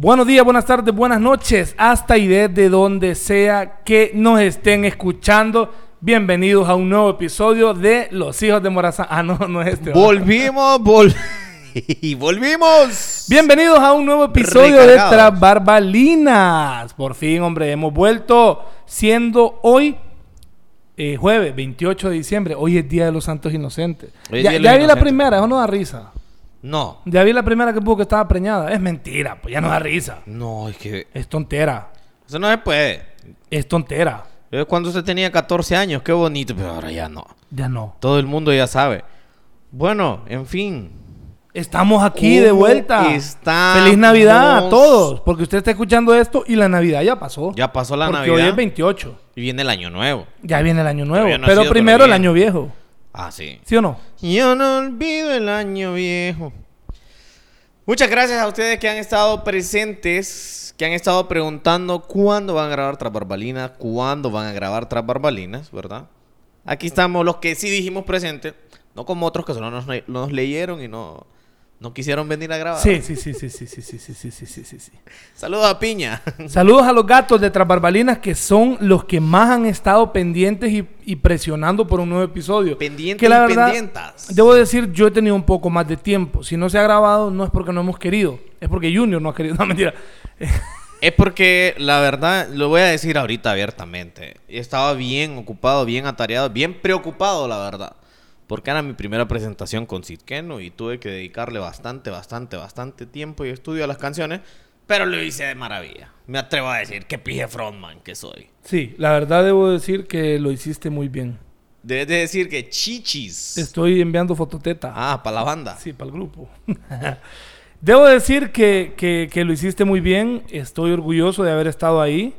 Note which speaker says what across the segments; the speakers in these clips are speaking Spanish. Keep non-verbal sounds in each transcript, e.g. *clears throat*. Speaker 1: Buenos días, buenas tardes, buenas noches, hasta y desde donde sea que nos estén escuchando. Bienvenidos a un nuevo episodio de Los Hijos de Morazán. Ah, no, no es este. ¿verdad?
Speaker 2: Volvimos, vol *laughs* y volvimos.
Speaker 1: Bienvenidos a un nuevo episodio
Speaker 2: Recargados.
Speaker 1: de Tras Barbalinas. Por fin, hombre, hemos vuelto siendo hoy eh, jueves 28 de diciembre. Hoy es Día de los Santos Inocentes.
Speaker 2: Hoy es
Speaker 1: ya
Speaker 2: Día de los
Speaker 1: ya vi la
Speaker 2: Inocentes.
Speaker 1: primera, eso no da risa.
Speaker 2: No,
Speaker 1: Ya vi la primera que puso que estaba preñada. Es mentira, pues ya no da risa.
Speaker 2: no, es que
Speaker 1: Es tontera.
Speaker 2: eso no se puede.
Speaker 1: Es tontera.
Speaker 2: Yo cuando usted tenía 14 años, qué bonito, pero ahora ya no.
Speaker 1: Ya no.
Speaker 2: Todo el mundo ya sabe. Bueno, en fin.
Speaker 1: Estamos aquí
Speaker 2: ¿Cómo
Speaker 1: de vuelta.
Speaker 2: estamos?
Speaker 1: Feliz Navidad a todos. Porque usted está escuchando esto y la Navidad ya pasó.
Speaker 2: Ya pasó la
Speaker 1: porque
Speaker 2: Navidad.
Speaker 1: hoy es 28.
Speaker 2: Y viene el año nuevo.
Speaker 1: Ya viene el año nuevo.
Speaker 2: Todavía no ha
Speaker 1: pero
Speaker 2: sido,
Speaker 1: primero
Speaker 2: pero
Speaker 1: el
Speaker 2: bien.
Speaker 1: año viejo.
Speaker 2: Ah, sí.
Speaker 1: ¿Sí o no?
Speaker 2: Yo no olvido el año viejo. Muchas gracias a ustedes que han estado presentes, que han estado preguntando cuándo van a grabar Tras Barbalinas, cuándo van a grabar Tras Barbalinas, ¿verdad? Aquí estamos los que sí dijimos presentes, no como otros que solo nos, no nos leyeron y no, no quisieron venir a grabar.
Speaker 1: Sí, sí, sí, sí, sí, sí, sí, sí, sí, sí, sí, sí, sí.
Speaker 2: Saludos a Piña. *laughs*
Speaker 1: Saludos a los gatos de Trasbarbalinas que son los que más han estado pendientes y, y presionando por un nuevo episodio.
Speaker 2: Pendientes
Speaker 1: que la
Speaker 2: y
Speaker 1: verdad,
Speaker 2: pendientas.
Speaker 1: Debo decir, yo he tenido un poco más de tiempo. Si no se ha grabado, no es porque no hemos querido. Es porque Junior no ha querido. *laughs* No, mentira.
Speaker 2: Es porque la verdad, lo voy a decir ahorita abiertamente. Estaba bien ocupado, bien atareado, bien preocupado, la verdad. Porque era mi primera presentación con Sitkeno y tuve que dedicarle bastante, bastante, bastante tiempo y estudio a las canciones. Pero lo hice de maravilla. Me atrevo a decir que pije frontman que soy.
Speaker 1: Sí, la verdad debo decir que lo hiciste muy bien.
Speaker 2: Debes de decir que chichis.
Speaker 1: Estoy enviando fototeta.
Speaker 2: Ah, para la banda.
Speaker 1: Sí, para el grupo. *laughs* Debo decir que, que- que lo hiciste muy bien. Estoy orgulloso de haber estado ahí.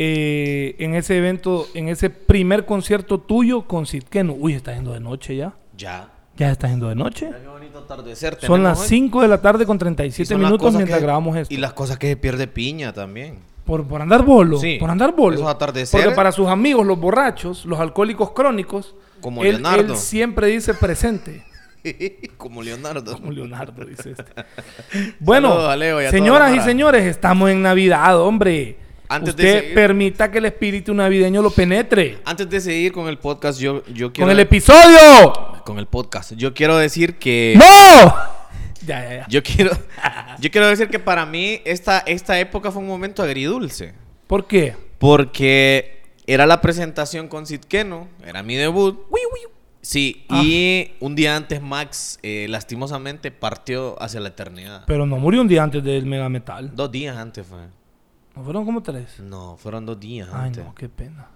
Speaker 1: eh, en ese evento, en ese primer concierto tuyo con Sitkenu. Uy, está yendo de noche ya.
Speaker 2: Ya.
Speaker 1: Ya está yendo de noche.
Speaker 2: Mira Qué bonito atardecer.
Speaker 1: Son
Speaker 2: tenemos
Speaker 1: las
Speaker 2: hoy.
Speaker 1: 5 de la tarde con
Speaker 2: Y
Speaker 1: 37
Speaker 2: son las
Speaker 1: minutos
Speaker 2: cosas
Speaker 1: mientras
Speaker 2: que-
Speaker 1: grabamos esto.
Speaker 2: Y las cosas que se pierde piña también. *laughs*
Speaker 1: Por, por andar bolo.
Speaker 2: Sí,
Speaker 1: Por andar bolo.
Speaker 2: esos atardeceres.
Speaker 1: Porque para sus amigos, los borrachos, los alcohólicos crónicos,
Speaker 2: Como
Speaker 1: él-
Speaker 2: Leonardo.
Speaker 1: él siempre dice presente. *laughs*
Speaker 2: Como Leonardo.
Speaker 1: Como Leonardo, dice
Speaker 2: *laughs*
Speaker 1: este. Bueno,
Speaker 2: Saludos a Leo y a toda
Speaker 1: señoras
Speaker 2: la
Speaker 1: y
Speaker 2: mara.
Speaker 1: señores, estamos en Navidad, hombre.
Speaker 2: Antes de
Speaker 1: Usted
Speaker 2: seguir- Ah,
Speaker 1: permita que el espíritu navideño lo penetre.
Speaker 2: Antes de seguir con el podcast, yo, yo quiero.
Speaker 1: Con el episodio.
Speaker 2: con el podcast. Yo quiero decir que. *laughs*
Speaker 1: ¡No! Ya, ya, ya.
Speaker 2: Yo quiero. Yo quiero decir que para mí esta, esta época fue un momento agridulce.
Speaker 1: ¿Por qué?
Speaker 2: Porque era la presentación con Sitkeno, era mi debut. Sí, y
Speaker 1: Ah.
Speaker 2: un día antes Max eh, lastimosamente partió hacia la eternidad.
Speaker 1: Pero no murió un día antes del Mega Metal.
Speaker 2: Dos días antes fue.
Speaker 1: ¿No fueron como tres?
Speaker 2: No, fueron dos días
Speaker 1: Ay,
Speaker 2: antes.
Speaker 1: no, qué pena.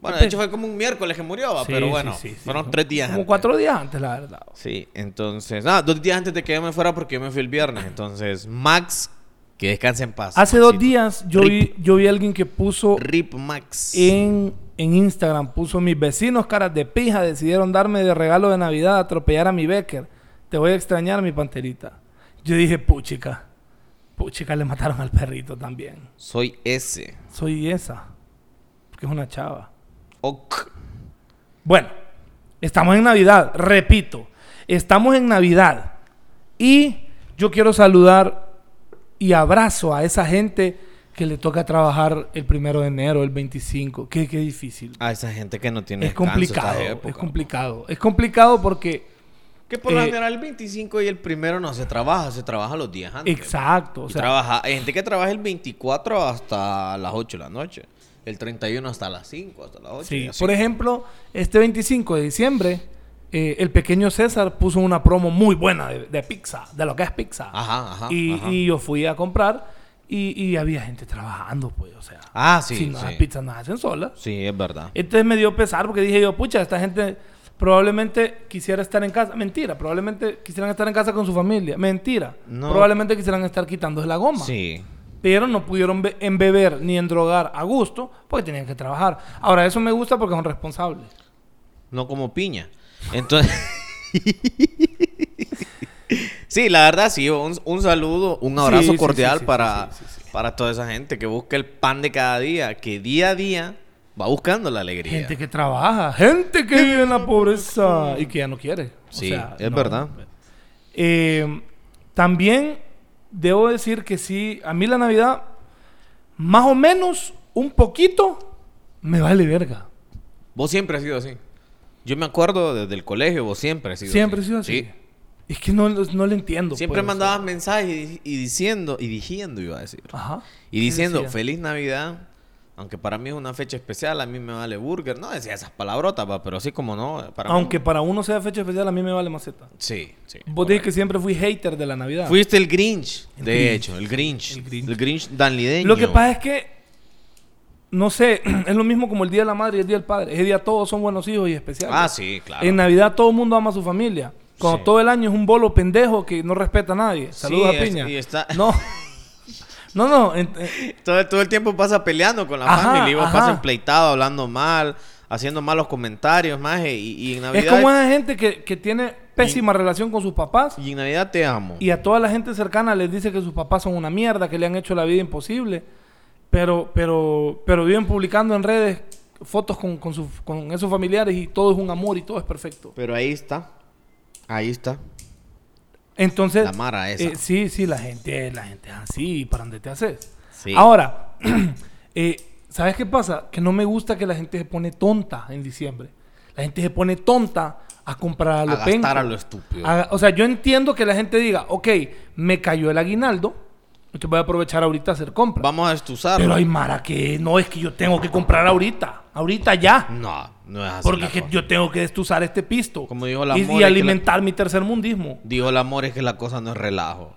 Speaker 2: Bueno, de hecho fue como un miércoles que murió, va,
Speaker 1: Sí,
Speaker 2: pero
Speaker 1: sí,
Speaker 2: bueno,
Speaker 1: sí, sí.
Speaker 2: fueron tres días
Speaker 1: Como
Speaker 2: antes.
Speaker 1: cuatro días antes, la verdad.
Speaker 2: Sí, entonces, nada, dos días antes de que yo me fuera porque yo me fui el viernes. Entonces, Max, que descanse en paz.
Speaker 1: Hace dos
Speaker 2: Maxito.
Speaker 1: días yo vi, yo vi a alguien que puso
Speaker 2: Rip Max.
Speaker 1: en, en Instagram puso mis vecinos caras de pija decidieron darme de regalo de Navidad atropellar a mi Becker. Te voy a extrañar mi panterita. Yo dije, puchica. Puchica le mataron al perrito también.
Speaker 2: Soy ese.
Speaker 1: Soy esa. Porque es una chava.
Speaker 2: Ok.
Speaker 1: Bueno, estamos en Navidad, repito, estamos en Navidad. Y yo quiero saludar y abrazo a esa gente que le toca trabajar el primero de enero, el 25. Qué, qué difícil.
Speaker 2: A esa gente que no tiene
Speaker 1: es
Speaker 2: Ah, descanso esta
Speaker 1: complicado,
Speaker 2: época.
Speaker 1: es complicado. Es complicado porque,
Speaker 2: Que por lo
Speaker 1: Eh,
Speaker 2: general el 25 y el primero no se trabaja, se trabaja los días antes.
Speaker 1: exacto, o
Speaker 2: Y
Speaker 1: sea,
Speaker 2: trabaja, hay gente que trabaja el 24 hasta las 8 de la noche. El 31 hasta las 5, hasta las 8.
Speaker 1: sí.
Speaker 2: y así.
Speaker 1: por ejemplo, este 25 de diciembre, eh, el pequeño César puso una promo muy buena de, de pizza, de lo que es pizza.
Speaker 2: Ajá, ajá,
Speaker 1: y,
Speaker 2: ajá.
Speaker 1: y yo fui a comprar y, y había gente trabajando, pues, o sea.
Speaker 2: Ah, sí,
Speaker 1: Si no las
Speaker 2: sí.
Speaker 1: pizzas no las hacen solas.
Speaker 2: Sí, es verdad.
Speaker 1: Entonces me dio pesar porque dije yo, pucha, esta gente probablemente quisiera estar en casa. Mentira, probablemente quisieran estar en casa con su familia. Mentira.
Speaker 2: No.
Speaker 1: Probablemente quisieran estar quitándose la goma.
Speaker 2: Sí.
Speaker 1: Pero no pudieron be- embeber ni endrogar a gusto porque tenían que trabajar. Ahora, eso me gusta porque son responsables.
Speaker 2: No como piña. Entonces. *laughs* sí, la verdad, sí. Un, un saludo, un abrazo
Speaker 1: Sí, sí, sí,
Speaker 2: cordial
Speaker 1: sí,
Speaker 2: para,
Speaker 1: sí, sí, sí.
Speaker 2: para toda esa gente que busca el pan de cada día, que día a día va buscando la alegría.
Speaker 1: Gente que trabaja, gente que vive en la pobreza y que ya no quiere. O
Speaker 2: Sí,
Speaker 1: sea,
Speaker 2: es
Speaker 1: no.
Speaker 2: verdad.
Speaker 1: Eh, también debo decir que sí, a mí la Navidad, más o menos, un poquito, me vale verga.
Speaker 2: Vos siempre has sido así. Yo me acuerdo desde el colegio, vos siempre has sido
Speaker 1: Siempre he
Speaker 2: así.
Speaker 1: sido así.
Speaker 2: Sí.
Speaker 1: Es que no, no le entiendo.
Speaker 2: Siempre
Speaker 1: pues, o sea.
Speaker 2: mandabas mensajes y, y diciendo, y diciendo, iba a decir.
Speaker 1: Ajá.
Speaker 2: Y
Speaker 1: ¿Qué
Speaker 2: diciendo,
Speaker 1: decía?
Speaker 2: feliz Navidad, aunque para mí es una fecha especial, a mí me vale burger. No decía esas palabrotas, va, pero así como no. Para mí-
Speaker 1: Aunque para uno sea fecha especial, a mí me vale maceta.
Speaker 2: Sí, sí.
Speaker 1: Vos
Speaker 2: correcto.
Speaker 1: dijiste que siempre fui hater de la Navidad.
Speaker 2: Fuiste el Grinch,
Speaker 1: El
Speaker 2: de
Speaker 1: Grinch.
Speaker 2: hecho, el Grinch.
Speaker 1: El
Speaker 2: El
Speaker 1: Grinch.
Speaker 2: Grinch, danlideño.
Speaker 1: Lo que pasa es que, no sé, *clears throat* es lo mismo como el Día de la Madre y el Día del Padre. Ese día todos son buenos hijos y especiales.
Speaker 2: Ah, sí, claro.
Speaker 1: En Navidad todo el mundo ama a su familia. Cuando
Speaker 2: Sí.
Speaker 1: todo el año es un bolo pendejo que no respeta a nadie. Saludos
Speaker 2: Sí,
Speaker 1: a
Speaker 2: es-
Speaker 1: Piña.
Speaker 2: y está- *laughs*
Speaker 1: No. No, no. ent- eh,
Speaker 2: Todo, todo el tiempo pasa peleando con la
Speaker 1: Ajá,
Speaker 2: familia. Y vos
Speaker 1: ajá.
Speaker 2: pasas pleitado, hablando mal, haciendo malos comentarios, maje. Y, y en
Speaker 1: es
Speaker 2: Navidad.
Speaker 1: como esa gente que, que tiene pésima relación con sus papás
Speaker 2: Y en Navidad te amo.
Speaker 1: y a toda la gente cercana les dice que sus papás son una mierda, que le han hecho la vida imposible. Pero, pero, pero viven publicando en redes fotos con, con, sus- con esos familiares y todo es un amor y todo es perfecto.
Speaker 2: Pero ahí está. Ahí está.
Speaker 1: Entonces.
Speaker 2: La mara esa.
Speaker 1: eh, sí, sí, la gente, la gente es así, ¿para dónde te haces?
Speaker 2: Sí.
Speaker 1: Ahora, *clears throat* eh, ¿sabes qué pasa? Que no me gusta que la gente se pone tonta en diciembre. La gente se pone tonta a comprar a lo
Speaker 2: a gastar
Speaker 1: penco.
Speaker 2: a lo estúpido.
Speaker 1: A- Ah, o sea, yo entiendo que la gente diga, ok, me cayó el aguinaldo, entonces voy a aprovechar ahorita a hacer compras.
Speaker 2: Vamos a estuzar.
Speaker 1: Pero hay mara que no, es que yo tengo que comprar ahorita, ahorita ya.
Speaker 2: No, no es así.
Speaker 1: Porque
Speaker 2: la
Speaker 1: es que
Speaker 2: cosa.
Speaker 1: yo tengo que destuzar este pisto.
Speaker 2: Ah, Como dijo la
Speaker 1: y,
Speaker 2: More,
Speaker 1: y
Speaker 2: que la-
Speaker 1: alimentar mi tercer mundismo.
Speaker 2: Dijo el amor es que la cosa no es relajo.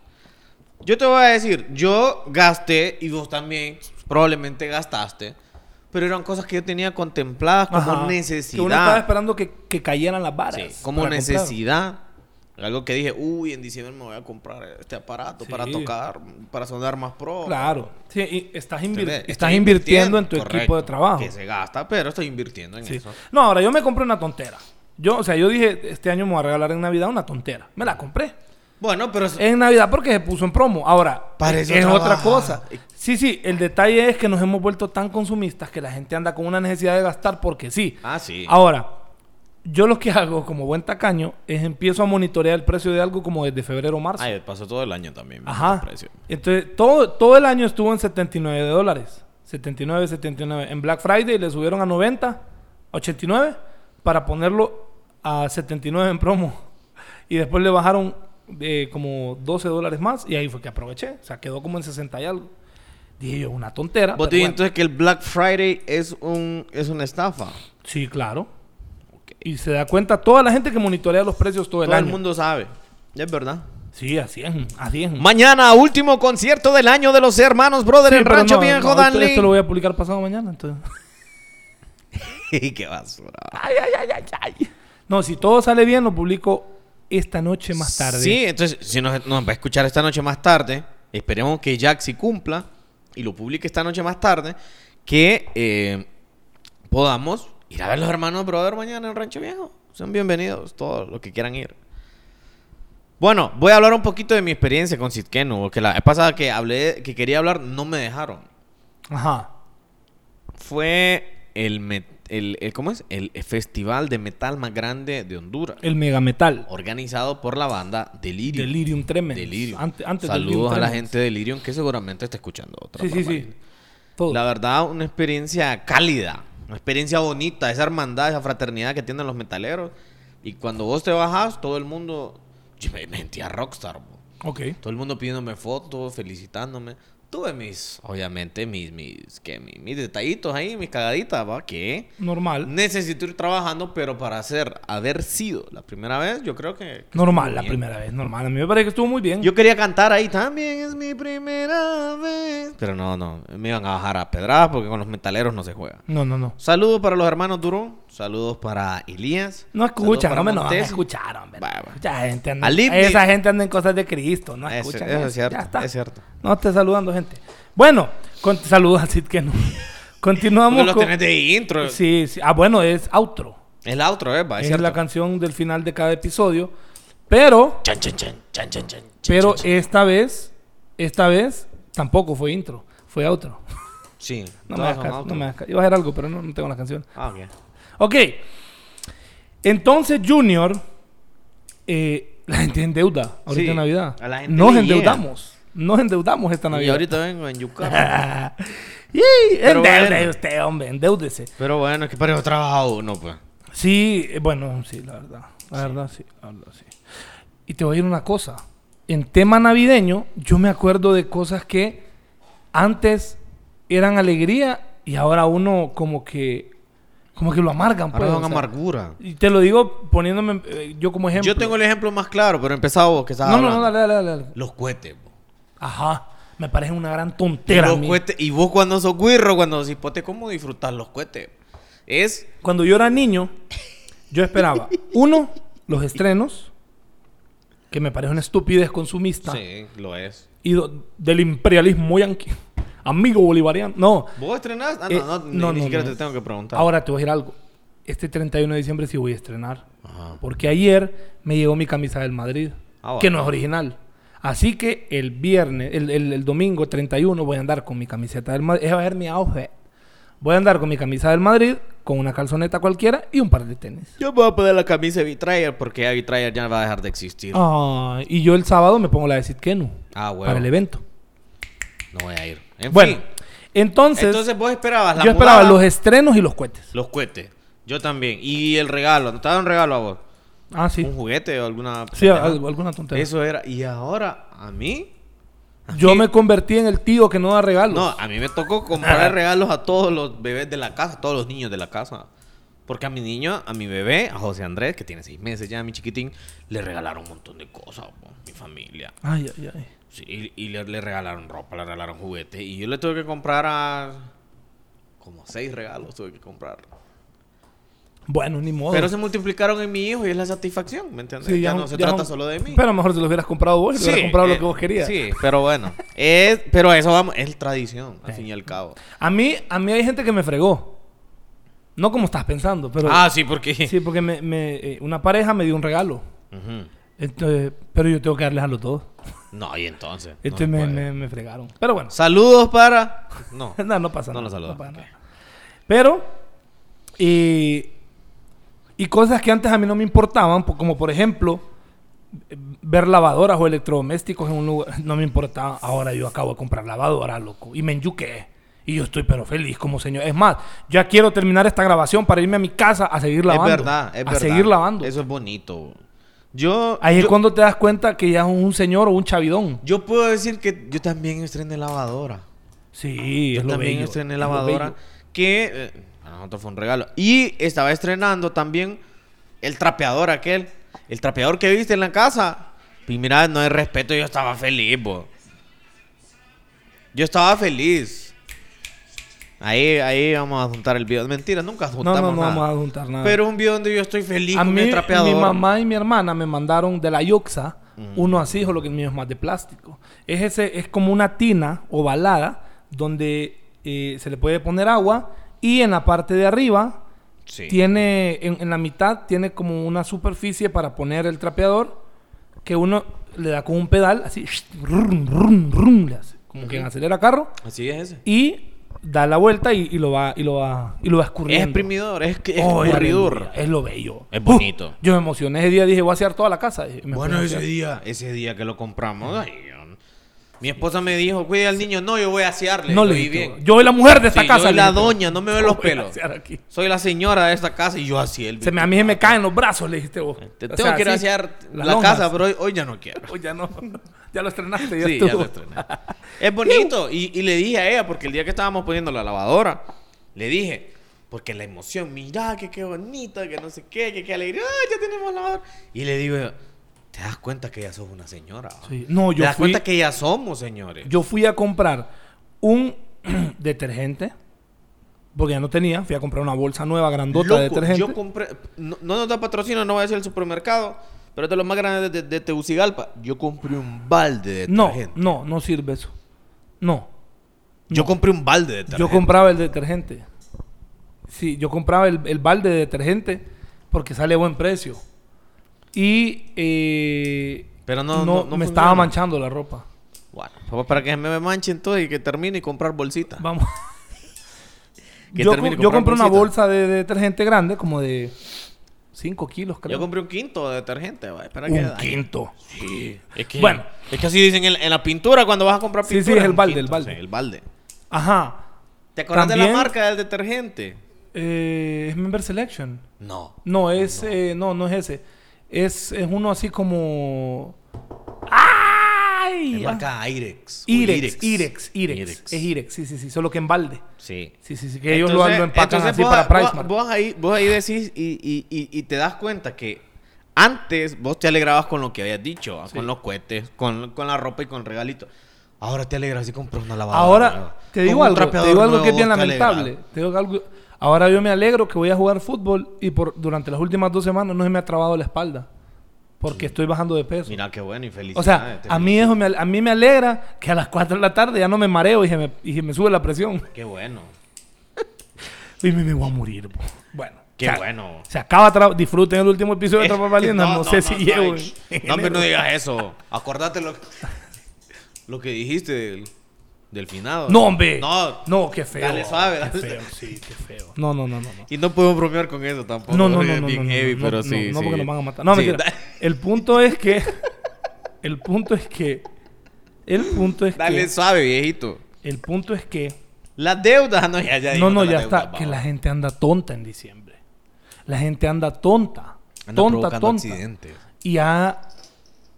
Speaker 2: Yo te voy a decir, yo gasté y vos también probablemente gastaste, pero eran cosas que yo tenía contempladas como
Speaker 1: Ajá. Que uno estaba
Speaker 2: necesidad.
Speaker 1: esperando que, que cayeran las varas.
Speaker 2: Sí, como
Speaker 1: para comprar.
Speaker 2: necesidad. Algo que dije, uy, en diciembre me voy a comprar este aparato
Speaker 1: Sí.
Speaker 2: para tocar, para sonar más pro.
Speaker 1: Claro. Sí, y estás, invir-
Speaker 2: ¿Entendés?
Speaker 1: estás
Speaker 2: Estoy
Speaker 1: invirtiendo en tu
Speaker 2: correcto,
Speaker 1: equipo de trabajo.
Speaker 2: Que se gasta, pero estoy invirtiendo en
Speaker 1: Sí.
Speaker 2: eso.
Speaker 1: No, ahora yo me compré una tontera. Yo, o sea, yo dije, este año me voy a regalar en Navidad una tontera. Me la compré.
Speaker 2: Bueno, pero eso-
Speaker 1: En Navidad porque se puso en promo. Ahora,
Speaker 2: Para
Speaker 1: es
Speaker 2: eso
Speaker 1: otra
Speaker 2: trabaja.
Speaker 1: cosa. Sí, sí, el detalle es que nos hemos vuelto tan consumistas que la gente anda con una necesidad de gastar porque sí.
Speaker 2: Ah, sí.
Speaker 1: Ahora, yo lo que hago como buen tacaño es empiezo a monitorear el precio de algo como desde febrero o marzo.
Speaker 2: Ay, pasó todo el año también.
Speaker 1: Ajá.
Speaker 2: el precio.
Speaker 1: Entonces, todo, todo el año estuvo en 79 dólares. 79, 79. En Black Friday le subieron a 90, 89, para ponerlo a 79 en promo. Y después le bajaron eh, como 12 dólares más y ahí fue que aproveché. O sea, quedó como en 60 y algo. Dije yo, una tontera. pero
Speaker 2: Vos te
Speaker 1: Ah,
Speaker 2: dices
Speaker 1: bueno.
Speaker 2: entonces que el Black Friday es un es una estafa.
Speaker 1: Sí, claro.
Speaker 2: Ok.
Speaker 1: Y se da cuenta toda la gente que monitorea los precios todo el
Speaker 2: Todo
Speaker 1: año.
Speaker 2: el mundo sabe. Es verdad.
Speaker 1: Sí, así es, así es.
Speaker 2: Mañana, último concierto del año de los hermanos Brother
Speaker 1: Mm. Sí,
Speaker 2: en
Speaker 1: pero
Speaker 2: Rancho
Speaker 1: no,
Speaker 2: Viejo
Speaker 1: no, esto-
Speaker 2: Danley.
Speaker 1: Esto lo voy a publicar pasado mañana, entonces.
Speaker 2: *laughs* Qué basura.
Speaker 1: Ay, ay, ay, ay, ay. No, si todo sale bien, lo publico esta noche más tarde.
Speaker 2: Sí, entonces si nos, nos va a escuchar esta noche más tarde, esperemos que Jack si cumpla y lo publique esta noche más tarde, que eh, podamos ir a ver los hermanos Brother mañana en Rancho Viejo. Son bienvenidos todos los que quieran ir. Bueno, voy a hablar un poquito de mi experiencia con Sitkenu, porque la vez pasada que hablé, que quería hablar, no me dejaron.
Speaker 1: Ajá.
Speaker 2: Fue el, met- el- el- ¿cómo es? El festival de metal más grande de Honduras,
Speaker 1: El megametal.
Speaker 2: organizado por la banda Delirium.
Speaker 1: Delirium Tremens.
Speaker 2: Delirium.
Speaker 1: Ante- antes del
Speaker 2: Saludos a la
Speaker 1: Delirium Tremens.
Speaker 2: gente de Delirium que seguramente está escuchando otra
Speaker 1: Sí, sí, sí.
Speaker 2: barbaridad.
Speaker 1: Todo.
Speaker 2: La verdad, una experiencia cálida, una experiencia bonita, esa hermandad, esa fraternidad que tienen los metaleros. Y cuando vos te bajas, todo el mundo. Yo me me sentía rockstar, bo.
Speaker 1: Ok.
Speaker 2: todo el mundo pidiéndome fotos, felicitándome. Tuve mis, obviamente, mis, mis, ¿qué? mis, mis detallitos ahí, mis cagaditas, ¿va? ¿Qué?
Speaker 1: Normal.
Speaker 2: Necesito ir trabajando, pero para hacer, haber sido la primera vez, yo creo que. que
Speaker 1: normal,
Speaker 2: estuvo
Speaker 1: la
Speaker 2: bien.
Speaker 1: primera vez. Normal. A mí me parece que estuvo muy bien.
Speaker 2: Yo quería cantar ahí también, es mi primera vez. Pero no, no, me iban a bajar a pedradas porque con los metaleros no se juega.
Speaker 1: No, no, no.
Speaker 2: Saludos para los hermanos Durón, saludos para Elías.
Speaker 1: No
Speaker 2: escucha
Speaker 1: escuchan, no me no, no escucharon. ¿verdad?
Speaker 2: Va, va.
Speaker 1: Mucha gente anda,
Speaker 2: Al Ibni-
Speaker 1: esa gente anda en cosas de Cristo. No
Speaker 2: Eso-
Speaker 1: escuchan.
Speaker 2: eso es
Speaker 1: Ya
Speaker 2: cierto,
Speaker 1: está.
Speaker 2: es cierto.
Speaker 1: No esté saludando, gente. Bueno, con, saludos así que no. *laughs* Continuamos.
Speaker 2: los
Speaker 1: con-
Speaker 2: tenés de intro.
Speaker 1: Sí, sí. Ah, bueno, es outro.
Speaker 2: Es la otra, ¿eh? Va,
Speaker 1: es
Speaker 2: Es, cierto.
Speaker 1: la canción del final de cada episodio. Pero,
Speaker 2: Chan, chan, chan, chan, chan, chan,
Speaker 1: pero
Speaker 2: chan, chan.
Speaker 1: esta vez, esta vez tampoco fue intro, fue outro.
Speaker 2: Sí,
Speaker 1: No me
Speaker 2: todas
Speaker 1: hagas
Speaker 2: son
Speaker 1: caso, no
Speaker 2: outro.
Speaker 1: me hagas caso. Iba a hacer algo, pero no, no tengo la canción.
Speaker 2: Ah, ok.
Speaker 1: Ok. Entonces, Junior, eh, *laughs* la gente en deuda ahorita
Speaker 2: Sí,
Speaker 1: en Navidad.
Speaker 2: a la gente
Speaker 1: Nos
Speaker 2: le llega.
Speaker 1: endeudamos. Nos endeudamos esta
Speaker 2: Y
Speaker 1: Navidad.
Speaker 2: ahorita vengo en Yucatán.
Speaker 1: *laughs* y
Speaker 2: Pero
Speaker 1: endeude
Speaker 2: bueno.
Speaker 1: usted, hombre, endeúdese.
Speaker 2: Pero bueno, es que para eso trabaja uno, pues.
Speaker 1: Sí, eh, bueno, sí, la verdad. La verdad, sí, la verdad, sí. Y te voy a decir una cosa. En tema navideño, yo me acuerdo de cosas que antes eran alegría y ahora uno como que como que lo amargan.
Speaker 2: Ahora
Speaker 1: pues,
Speaker 2: son
Speaker 1: o sea.
Speaker 2: amargura.
Speaker 1: Y te lo digo poniéndome eh, yo como ejemplo.
Speaker 2: Yo tengo el ejemplo más claro, pero empezaba vos que estabas
Speaker 1: No, no, no,
Speaker 2: hablando.
Speaker 1: dale, dale, dale, dale.
Speaker 2: Los cohetes, vos.
Speaker 1: Ajá. Me parece una gran
Speaker 2: Y
Speaker 1: tontera. a
Speaker 2: los
Speaker 1: mí.
Speaker 2: cohetes- y vos cuando sos guirro, cuando sos hipote, ¿cómo disfrutas los cohetes? Es
Speaker 1: Cuando yo era niño, yo esperaba, uno, los estrenos, que me parece una estupidez consumista.
Speaker 2: Sí, lo es.
Speaker 1: y do- del imperialismo yanqui. Amigo bolivariano. No.
Speaker 2: ¿Vos estrenás? Ah,
Speaker 1: Eh,
Speaker 2: no, no, ni,
Speaker 1: no,
Speaker 2: ni
Speaker 1: no,
Speaker 2: siquiera
Speaker 1: no.
Speaker 2: te tengo que preguntar.
Speaker 1: Ahora te voy a decir algo. Este 31 de diciembre sí voy a estrenar.
Speaker 2: Ajá.
Speaker 1: Porque ayer me llegó mi camisa del Madrid,
Speaker 2: Ah, bueno.
Speaker 1: que no es original. Así que el viernes, el, el- el domingo 31 voy a andar con mi camiseta del Madrid. Ese va a ser mi outfit. Voy a andar con mi camisa del Madrid, con una calzoneta cualquiera y un par de tenis.
Speaker 2: Yo me voy a poner la camisa de Vitrayer porque ya Vitrayer ya va a dejar de existir.
Speaker 1: Ah, y yo el sábado me pongo la de Sitkenu
Speaker 2: Ah, bueno.
Speaker 1: para el evento.
Speaker 2: No voy a ir. En
Speaker 1: bueno,
Speaker 2: fin.
Speaker 1: entonces,
Speaker 2: Entonces vos esperabas la
Speaker 1: yo esperaba
Speaker 2: mudada,
Speaker 1: los estrenos y los cohetes.
Speaker 2: los cohetes. Yo también. Y el regalo. ¿No te daban regalo a vos?
Speaker 1: Ah, sí.
Speaker 2: ¿Un juguete o alguna...
Speaker 1: Sí,
Speaker 2: pendejada?
Speaker 1: al- alguna tontería.
Speaker 2: Eso era. Y ahora, a mí...
Speaker 1: Yo me convertí en el tío que no da regalos.
Speaker 2: No, a mí me tocó comprar regalos a todos los bebés de la casa, a todos los niños de la casa. Porque a mi niño, a mi bebé, a José Andrés, que tiene seis meses ya, mi chiquitín, le regalaron un montón de cosas, po, mi familia.
Speaker 1: Ay, ay, ay.
Speaker 2: Sí, y y le, le regalaron ropa, le regalaron juguetes. Y yo le tuve que comprar a... Como seis regalos tuve que comprar.
Speaker 1: Bueno, ni modo.
Speaker 2: Pero se multiplicaron en mi hijo y es la satisfacción, ¿me entiendes?
Speaker 1: Oh. Sí,
Speaker 2: ya,
Speaker 1: un-
Speaker 2: no se
Speaker 1: ya
Speaker 2: trata
Speaker 1: un-
Speaker 2: solo de mí.
Speaker 1: Pero mejor si los hubieras comprado vos, si hubieras comprado lo
Speaker 2: eh,
Speaker 1: que vos querías.
Speaker 2: Sí, pero bueno. Es, pero eso vamos, es tradición, al
Speaker 1: Sí.
Speaker 2: fin y al cabo.
Speaker 1: A mí, a mí hay gente que me fregó. No como estás pensando, pero.
Speaker 2: ah, sí, porque...
Speaker 1: sí, porque me, me, eh, una pareja me dio un regalo.
Speaker 2: *laughs* Ujú.
Speaker 1: Entonces, pero yo tengo que darles a los dos.
Speaker 2: No, y entonces. No
Speaker 1: Entonces
Speaker 2: se
Speaker 1: Este me,
Speaker 2: puede.
Speaker 1: me- me fregaron. Pero bueno, *laughs*
Speaker 2: Saludos para. No.
Speaker 1: no, no pasa
Speaker 2: No
Speaker 1: nada.
Speaker 2: lo saludas,
Speaker 1: pasa
Speaker 2: ok.
Speaker 1: nada. Pero, eh, y cosas que antes a mí no me importaban, po- como por ejemplo, eh, ver lavadoras o electrodomésticos en un lugar, *laughs* no me importaba. Ahora yo acabo de comprar lavadora, loco, y me enyuqué. Y yo estoy pero feliz como señor. Es más, ya quiero terminar esta grabación para irme a mi casa a seguir lavando.
Speaker 2: Es verdad, es
Speaker 1: a
Speaker 2: verdad.
Speaker 1: seguir lavando.
Speaker 2: Eso es bonito. Yo.
Speaker 1: Ahí es
Speaker 2: yo,
Speaker 1: cuando te das cuenta que ya es un señor o un chavidón.
Speaker 2: yo puedo decir que yo también estrené lavadora.
Speaker 1: Sí,
Speaker 2: Yo
Speaker 1: es lo
Speaker 2: también
Speaker 1: bello,
Speaker 2: estrené
Speaker 1: es lo
Speaker 2: lavadora.
Speaker 1: bello.
Speaker 2: Que eh, para nosotros fue un regalo. Y estaba estrenando también el trapeador aquel. El trapeador que viste en la casa. Y mira, no hay respeto, yo estaba feliz, bo. Yo estaba feliz. Ahí, ahí vamos a juntar el video. Mentira, nunca
Speaker 1: No,
Speaker 2: juntamos
Speaker 1: no, no
Speaker 2: nada.
Speaker 1: vamos a juntar nada.
Speaker 2: Pero un video donde yo estoy feliz
Speaker 1: A
Speaker 2: con
Speaker 1: mí,
Speaker 2: el trapeador.
Speaker 1: mi mamá y mi hermana me mandaron de la Yoxa uno así, o lo que el mío es más de plástico. Es, ese, es como una tina ovalada donde eh, se le puede poner agua y en la parte de arriba
Speaker 2: Sí.
Speaker 1: tiene, en, en la mitad, tiene como una superficie para poner el trapeador que uno le da con un pedal así, rum, rum, rum, le hace, como quien acelera carro
Speaker 2: Así es ese.
Speaker 1: y da la vuelta y, y lo va y lo va y lo va
Speaker 2: Es
Speaker 1: escurriendo.
Speaker 2: exprimidor, es, es
Speaker 1: Oh,
Speaker 2: escurridor.
Speaker 1: aleluya, Es lo bello.
Speaker 2: Es bonito.
Speaker 1: yo me emocioné ese día, dije, voy a hacer toda la casa. dije, me
Speaker 2: Bueno,
Speaker 1: puse a
Speaker 2: ese
Speaker 1: hacer.
Speaker 2: día, ese día que lo compramos, ay, yo- mi esposa me dijo, cuide al niño, no, yo voy a asearle.
Speaker 1: No
Speaker 2: Yo,
Speaker 1: le dije,
Speaker 2: "Y bien.
Speaker 1: Yo soy la mujer de esta
Speaker 2: Sí,
Speaker 1: casa.
Speaker 2: soy
Speaker 1: le
Speaker 2: la
Speaker 1: dije,
Speaker 2: doña, no me ve los
Speaker 1: voy a
Speaker 2: pelos.
Speaker 1: hacer aquí.
Speaker 2: Soy la señora de esta casa y yo así él.
Speaker 1: Se me, a mí se me caen los brazos, le dijiste vos.
Speaker 2: Ah. Te
Speaker 1: O
Speaker 2: tengo
Speaker 1: sea,
Speaker 2: que ir a
Speaker 1: sí,
Speaker 2: asear la,
Speaker 1: las lonjas.
Speaker 2: casa, pero hoy, hoy ya no quiero.
Speaker 1: Uy, ya no. Ya lo estrenaste. *laughs* Ya
Speaker 2: Sí,
Speaker 1: estuvo.
Speaker 2: ya lo estrené. Es bonito. Y, y le dije a ella, porque el día que estábamos poniendo la lavadora, le dije, porque la emoción, mira que qué bonito, que no sé qué, que qué alegría, ¡ay, ya tenemos lavadora. Y le digo, ¿te das cuenta que ya sos una señora? va?"
Speaker 1: Sí. No,
Speaker 2: ¿Te
Speaker 1: yo
Speaker 2: das
Speaker 1: fui,
Speaker 2: cuenta que ya somos, señores?
Speaker 1: yo fui a comprar un *clears throat* detergente. Porque ya no tenía. Fui a comprar una bolsa nueva, grandota de
Speaker 2: Loco,
Speaker 1: detergente.
Speaker 2: yo compré, no, no nos da patrocinio, no va a decir el supermercado, pero es de los más grandes de, de Tegucigalpa. Yo compré un balde de
Speaker 1: no,
Speaker 2: detergente.
Speaker 1: no, no sirve eso. No.
Speaker 2: Yo compré un balde de detergente.
Speaker 1: Yo compraba el detergente. Sí, yo compraba el, el balde de detergente porque sale a buen precio. Y eh,
Speaker 2: Pero no- no- no
Speaker 1: me
Speaker 2: funciona.
Speaker 1: estaba manchando la ropa.
Speaker 2: Bueno, pues para que me manche entonces y que termine y comprar bolsitas. *laughs*
Speaker 1: Vamos.
Speaker 2: Que
Speaker 1: yo
Speaker 2: termine
Speaker 1: com-
Speaker 2: de
Speaker 1: yo
Speaker 2: comprar
Speaker 1: compré una bolsa
Speaker 2: bolsitas.
Speaker 1: de, de detergente grande, como de 5 kilos, creo.
Speaker 2: Yo compré un quinto de detergente, va. Espera que
Speaker 1: un
Speaker 2: dañe.
Speaker 1: quinto.
Speaker 2: Sí. Es que,
Speaker 1: Bueno.
Speaker 2: Es que así dicen en, en la pintura cuando vas a comprar
Speaker 1: Sí, sí,
Speaker 2: pintura.
Speaker 1: es el
Speaker 2: un
Speaker 1: balde, el
Speaker 2: quinto,
Speaker 1: balde.
Speaker 2: sí, el balde.
Speaker 1: Ajá.
Speaker 2: ¿Te acuerdas de la
Speaker 1: También-
Speaker 2: marca del detergente?
Speaker 1: Eh, es Member Selection.
Speaker 2: No.
Speaker 1: No, es. eh, no, no es ese. Es, es uno así como.
Speaker 2: Es
Speaker 1: ¡Ay! Ah,
Speaker 2: marca Irex. o
Speaker 1: Irex, Irex, Irex,
Speaker 2: Irex.
Speaker 1: Es Irex, sí, sí, sí. Solo que en balde.
Speaker 2: Sí.
Speaker 1: Sí, sí, sí. Que ellos lo, lo empacan
Speaker 2: entonces
Speaker 1: así
Speaker 2: vos,
Speaker 1: para
Speaker 2: vos-
Speaker 1: Pricemark.
Speaker 2: Vos, ahí, vos ahí decís y, y- y- y te das cuenta que antes vos te alegrabas con lo que habías dicho, ah, con los cohetes, con, con la ropa y con regalitos. Ahora te alegras si compras una lavadora.
Speaker 1: Ahora,
Speaker 2: nueva.
Speaker 1: te
Speaker 2: Con
Speaker 1: digo
Speaker 2: un
Speaker 1: algo, te
Speaker 2: trapeador
Speaker 1: digo algo
Speaker 2: nuevo
Speaker 1: que es bien
Speaker 2: vos te alegras.
Speaker 1: lamentable. Te digo algo- ahora yo me alegro que voy a jugar fútbol y por, durante las últimas dos semanas no se me ha trabado la espalda. Porque estoy bajando de peso.
Speaker 2: Mira "Ah, este qué bueno y feliz.
Speaker 1: o sea, a mí, eso me, al- a mí me alegra que a las 4 de la tarde ya no me mareo y se me, y se me sube la presión.
Speaker 2: Qué bueno.
Speaker 1: Y me, me voy a morir. bo. Bueno.
Speaker 2: Qué
Speaker 1: o sea, *laughs*
Speaker 2: bueno.
Speaker 1: Se acaba, tra- disfruten el último episodio
Speaker 2: *laughs*
Speaker 1: de Trapa Valiente. No, sé si llego.
Speaker 2: ay,
Speaker 1: en-
Speaker 2: No,
Speaker 1: en
Speaker 2: hombre, no
Speaker 1: enero.
Speaker 2: digas eso. Acordate lo, lo que dijiste del, del finado.
Speaker 1: No, hombre.
Speaker 2: No.
Speaker 1: No, qué feo.
Speaker 2: Dale suave,
Speaker 1: Qué
Speaker 2: dale.
Speaker 1: feo, sí, qué feo. No, no, no, no. no.
Speaker 2: Y no podemos bromear con eso tampoco.
Speaker 1: No, no,
Speaker 2: porque
Speaker 1: no,
Speaker 2: es
Speaker 1: no,
Speaker 2: bien
Speaker 1: no, no,
Speaker 2: heavy,
Speaker 1: no,
Speaker 2: pero
Speaker 1: no,
Speaker 2: sí,
Speaker 1: no,
Speaker 2: sí.
Speaker 1: porque nos van a matar. No,
Speaker 2: Sí,
Speaker 1: mentira.
Speaker 2: da-
Speaker 1: El punto es que. *laughs* El punto es que. El punto es
Speaker 2: Dale
Speaker 1: que.
Speaker 2: suave, viejito.
Speaker 1: El punto es que.
Speaker 2: Las deudas, no, ya, ya.
Speaker 1: No,
Speaker 2: dijimos
Speaker 1: no,
Speaker 2: de
Speaker 1: ya
Speaker 2: las
Speaker 1: está.
Speaker 2: deudas,
Speaker 1: Que
Speaker 2: va.
Speaker 1: la gente anda tonta en diciembre. La gente anda tonta.
Speaker 2: Anda
Speaker 1: Tonta,
Speaker 2: provocando
Speaker 1: tonta.
Speaker 2: accidentes.
Speaker 1: Y ha-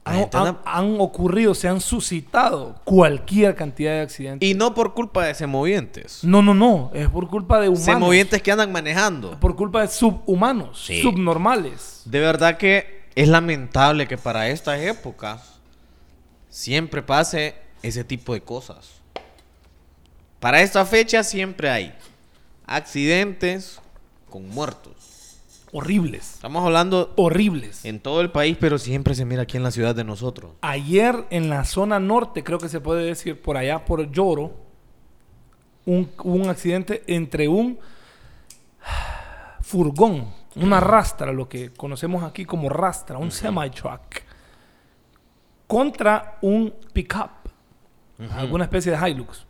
Speaker 2: La
Speaker 1: han,
Speaker 2: gente anda-
Speaker 1: han- han ocurrido, se han suscitado cualquier cantidad de accidentes.
Speaker 2: Y no por culpa de semovientes.
Speaker 1: No, no, no. Es por culpa de humanos.
Speaker 2: Semovientes que andan manejando.
Speaker 1: Por culpa de subhumanos,
Speaker 2: Sí.
Speaker 1: subnormales.
Speaker 2: De verdad que es lamentable que para estas épocas siempre pase ese tipo de cosas. Para esta fecha siempre hay accidentes con muertos.
Speaker 1: Horribles.
Speaker 2: Estamos hablando
Speaker 1: Horribles.
Speaker 2: en todo el país, pero siempre se mira aquí en la ciudad de nosotros.
Speaker 1: Ayer en la zona norte, creo que se puede decir, por allá, por Lloro, un, hubo un accidente entre un furgón, una rastra, lo que conocemos aquí como rastra, un semi-truck, contra un pickup, alguna especie de Hilux.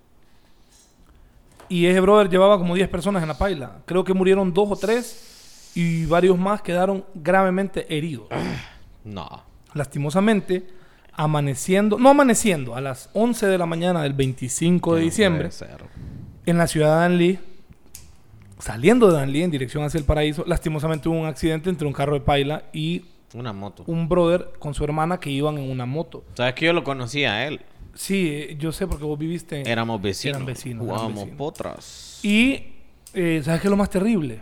Speaker 1: Y ese brother llevaba como 10 personas en la paila. Creo que murieron dos o tres y varios más quedaron gravemente heridos
Speaker 2: No.
Speaker 1: lastimosamente, amaneciendo, no amaneciendo, a las 11 de la mañana del 25 de
Speaker 2: No
Speaker 1: diciembre,
Speaker 2: puede ser.
Speaker 1: en la ciudad de Danlí, saliendo de Danlí en dirección hacia el paraíso, lastimosamente hubo un accidente entre un carro de paila y
Speaker 2: Una moto.
Speaker 1: un brother con su hermana que iban en una moto.
Speaker 2: ¿Sabes que yo lo conocía a él?
Speaker 1: Sí, eh, yo sé porque vos viviste...
Speaker 2: Éramos
Speaker 1: Eh,
Speaker 2: vecinos.
Speaker 1: Eran vecinos, eran
Speaker 2: Jugábamos
Speaker 1: vecinos.
Speaker 2: potras.
Speaker 1: Y, eh, ¿sabes qué es lo más terrible?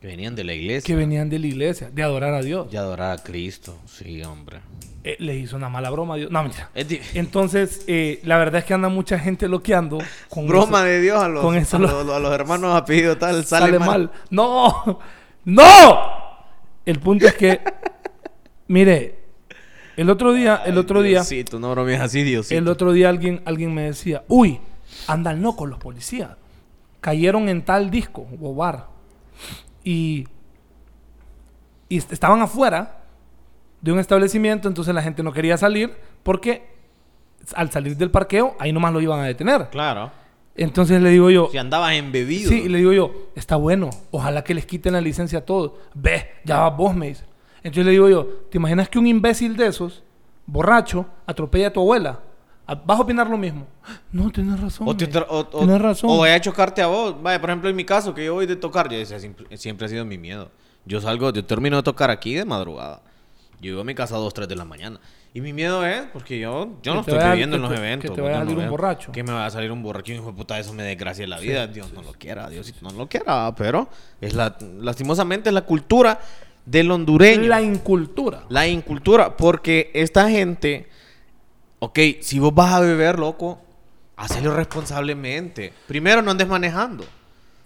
Speaker 2: Que venían de la
Speaker 1: Que
Speaker 2: iglesia.
Speaker 1: venían de la iglesia, de adorar a Dios.
Speaker 2: Y adorar a Cristo. Sí, hombre.
Speaker 1: Eh, les hizo una mala broma a Dios. No, mentira.
Speaker 2: Es di-
Speaker 1: Entonces, eh, la verdad es que anda mucha gente loqueando con
Speaker 2: *laughs* Broma
Speaker 1: eso.
Speaker 2: de Dios a los,
Speaker 1: con eso
Speaker 2: a
Speaker 1: lo-
Speaker 2: los, a los hermanos apellido
Speaker 1: *laughs*
Speaker 2: tal, sale,
Speaker 1: sale,
Speaker 2: mal.
Speaker 1: mal. ¡No! *laughs* ¡No! El punto es
Speaker 2: *laughs*
Speaker 1: que, mire, el otro día, el otro día,
Speaker 2: Sí, tú no bromeas así, Diosito.
Speaker 1: el otro día alguien, alguien me decía, uy, andan locos los policías. Cayeron en tal disco o bar. Y, y est- estaban afuera de un establecimiento, entonces la gente no quería salir porque al salir del parqueo, ahí nomás lo iban a detener.
Speaker 2: Claro.
Speaker 1: Entonces le digo yo,
Speaker 2: Si andabas embebido.
Speaker 1: Sí, y le digo yo, está bueno, ojalá que les quiten la licencia a todos. Ve, ya vas vos, me dice. Entonces le digo yo, ¿te imaginas que un imbécil de esos, borracho, atropella a tu abuela? ¿A- ¿Vas a opinar lo mismo? *gasps* No, tienes razón.
Speaker 2: O, te
Speaker 1: me dice.
Speaker 2: tra- o- o-
Speaker 1: tienes razón.
Speaker 2: o voy a chocarte a vos. Vaya, por ejemplo, en mi caso, que yo voy de tocar, yo decía, siempre, siempre ha sido mi miedo. Yo salgo, yo termino de tocar aquí de madrugada. Yo llego a mi casa a 2, 3 de la mañana. Y mi miedo es, porque yo, yo no
Speaker 1: te
Speaker 2: estoy
Speaker 1: vaya-
Speaker 2: bebiendo en
Speaker 1: que
Speaker 2: los
Speaker 1: te- que
Speaker 2: eventos.
Speaker 1: te vaya a
Speaker 2: yo no
Speaker 1: salir un
Speaker 2: bebo.
Speaker 1: borracho.
Speaker 2: Que me vaya a salir un borracho, hijo de puta, eso me desgracia la vida. Dios no lo quiera, Dios no lo quiera. Pero es la, lastimosamente es la cultura del hondureño.
Speaker 1: la incultura.
Speaker 2: La incultura, porque esta gente, ok, si vos vas a beber, loco, hacelo responsablemente. Primero, no andes manejando.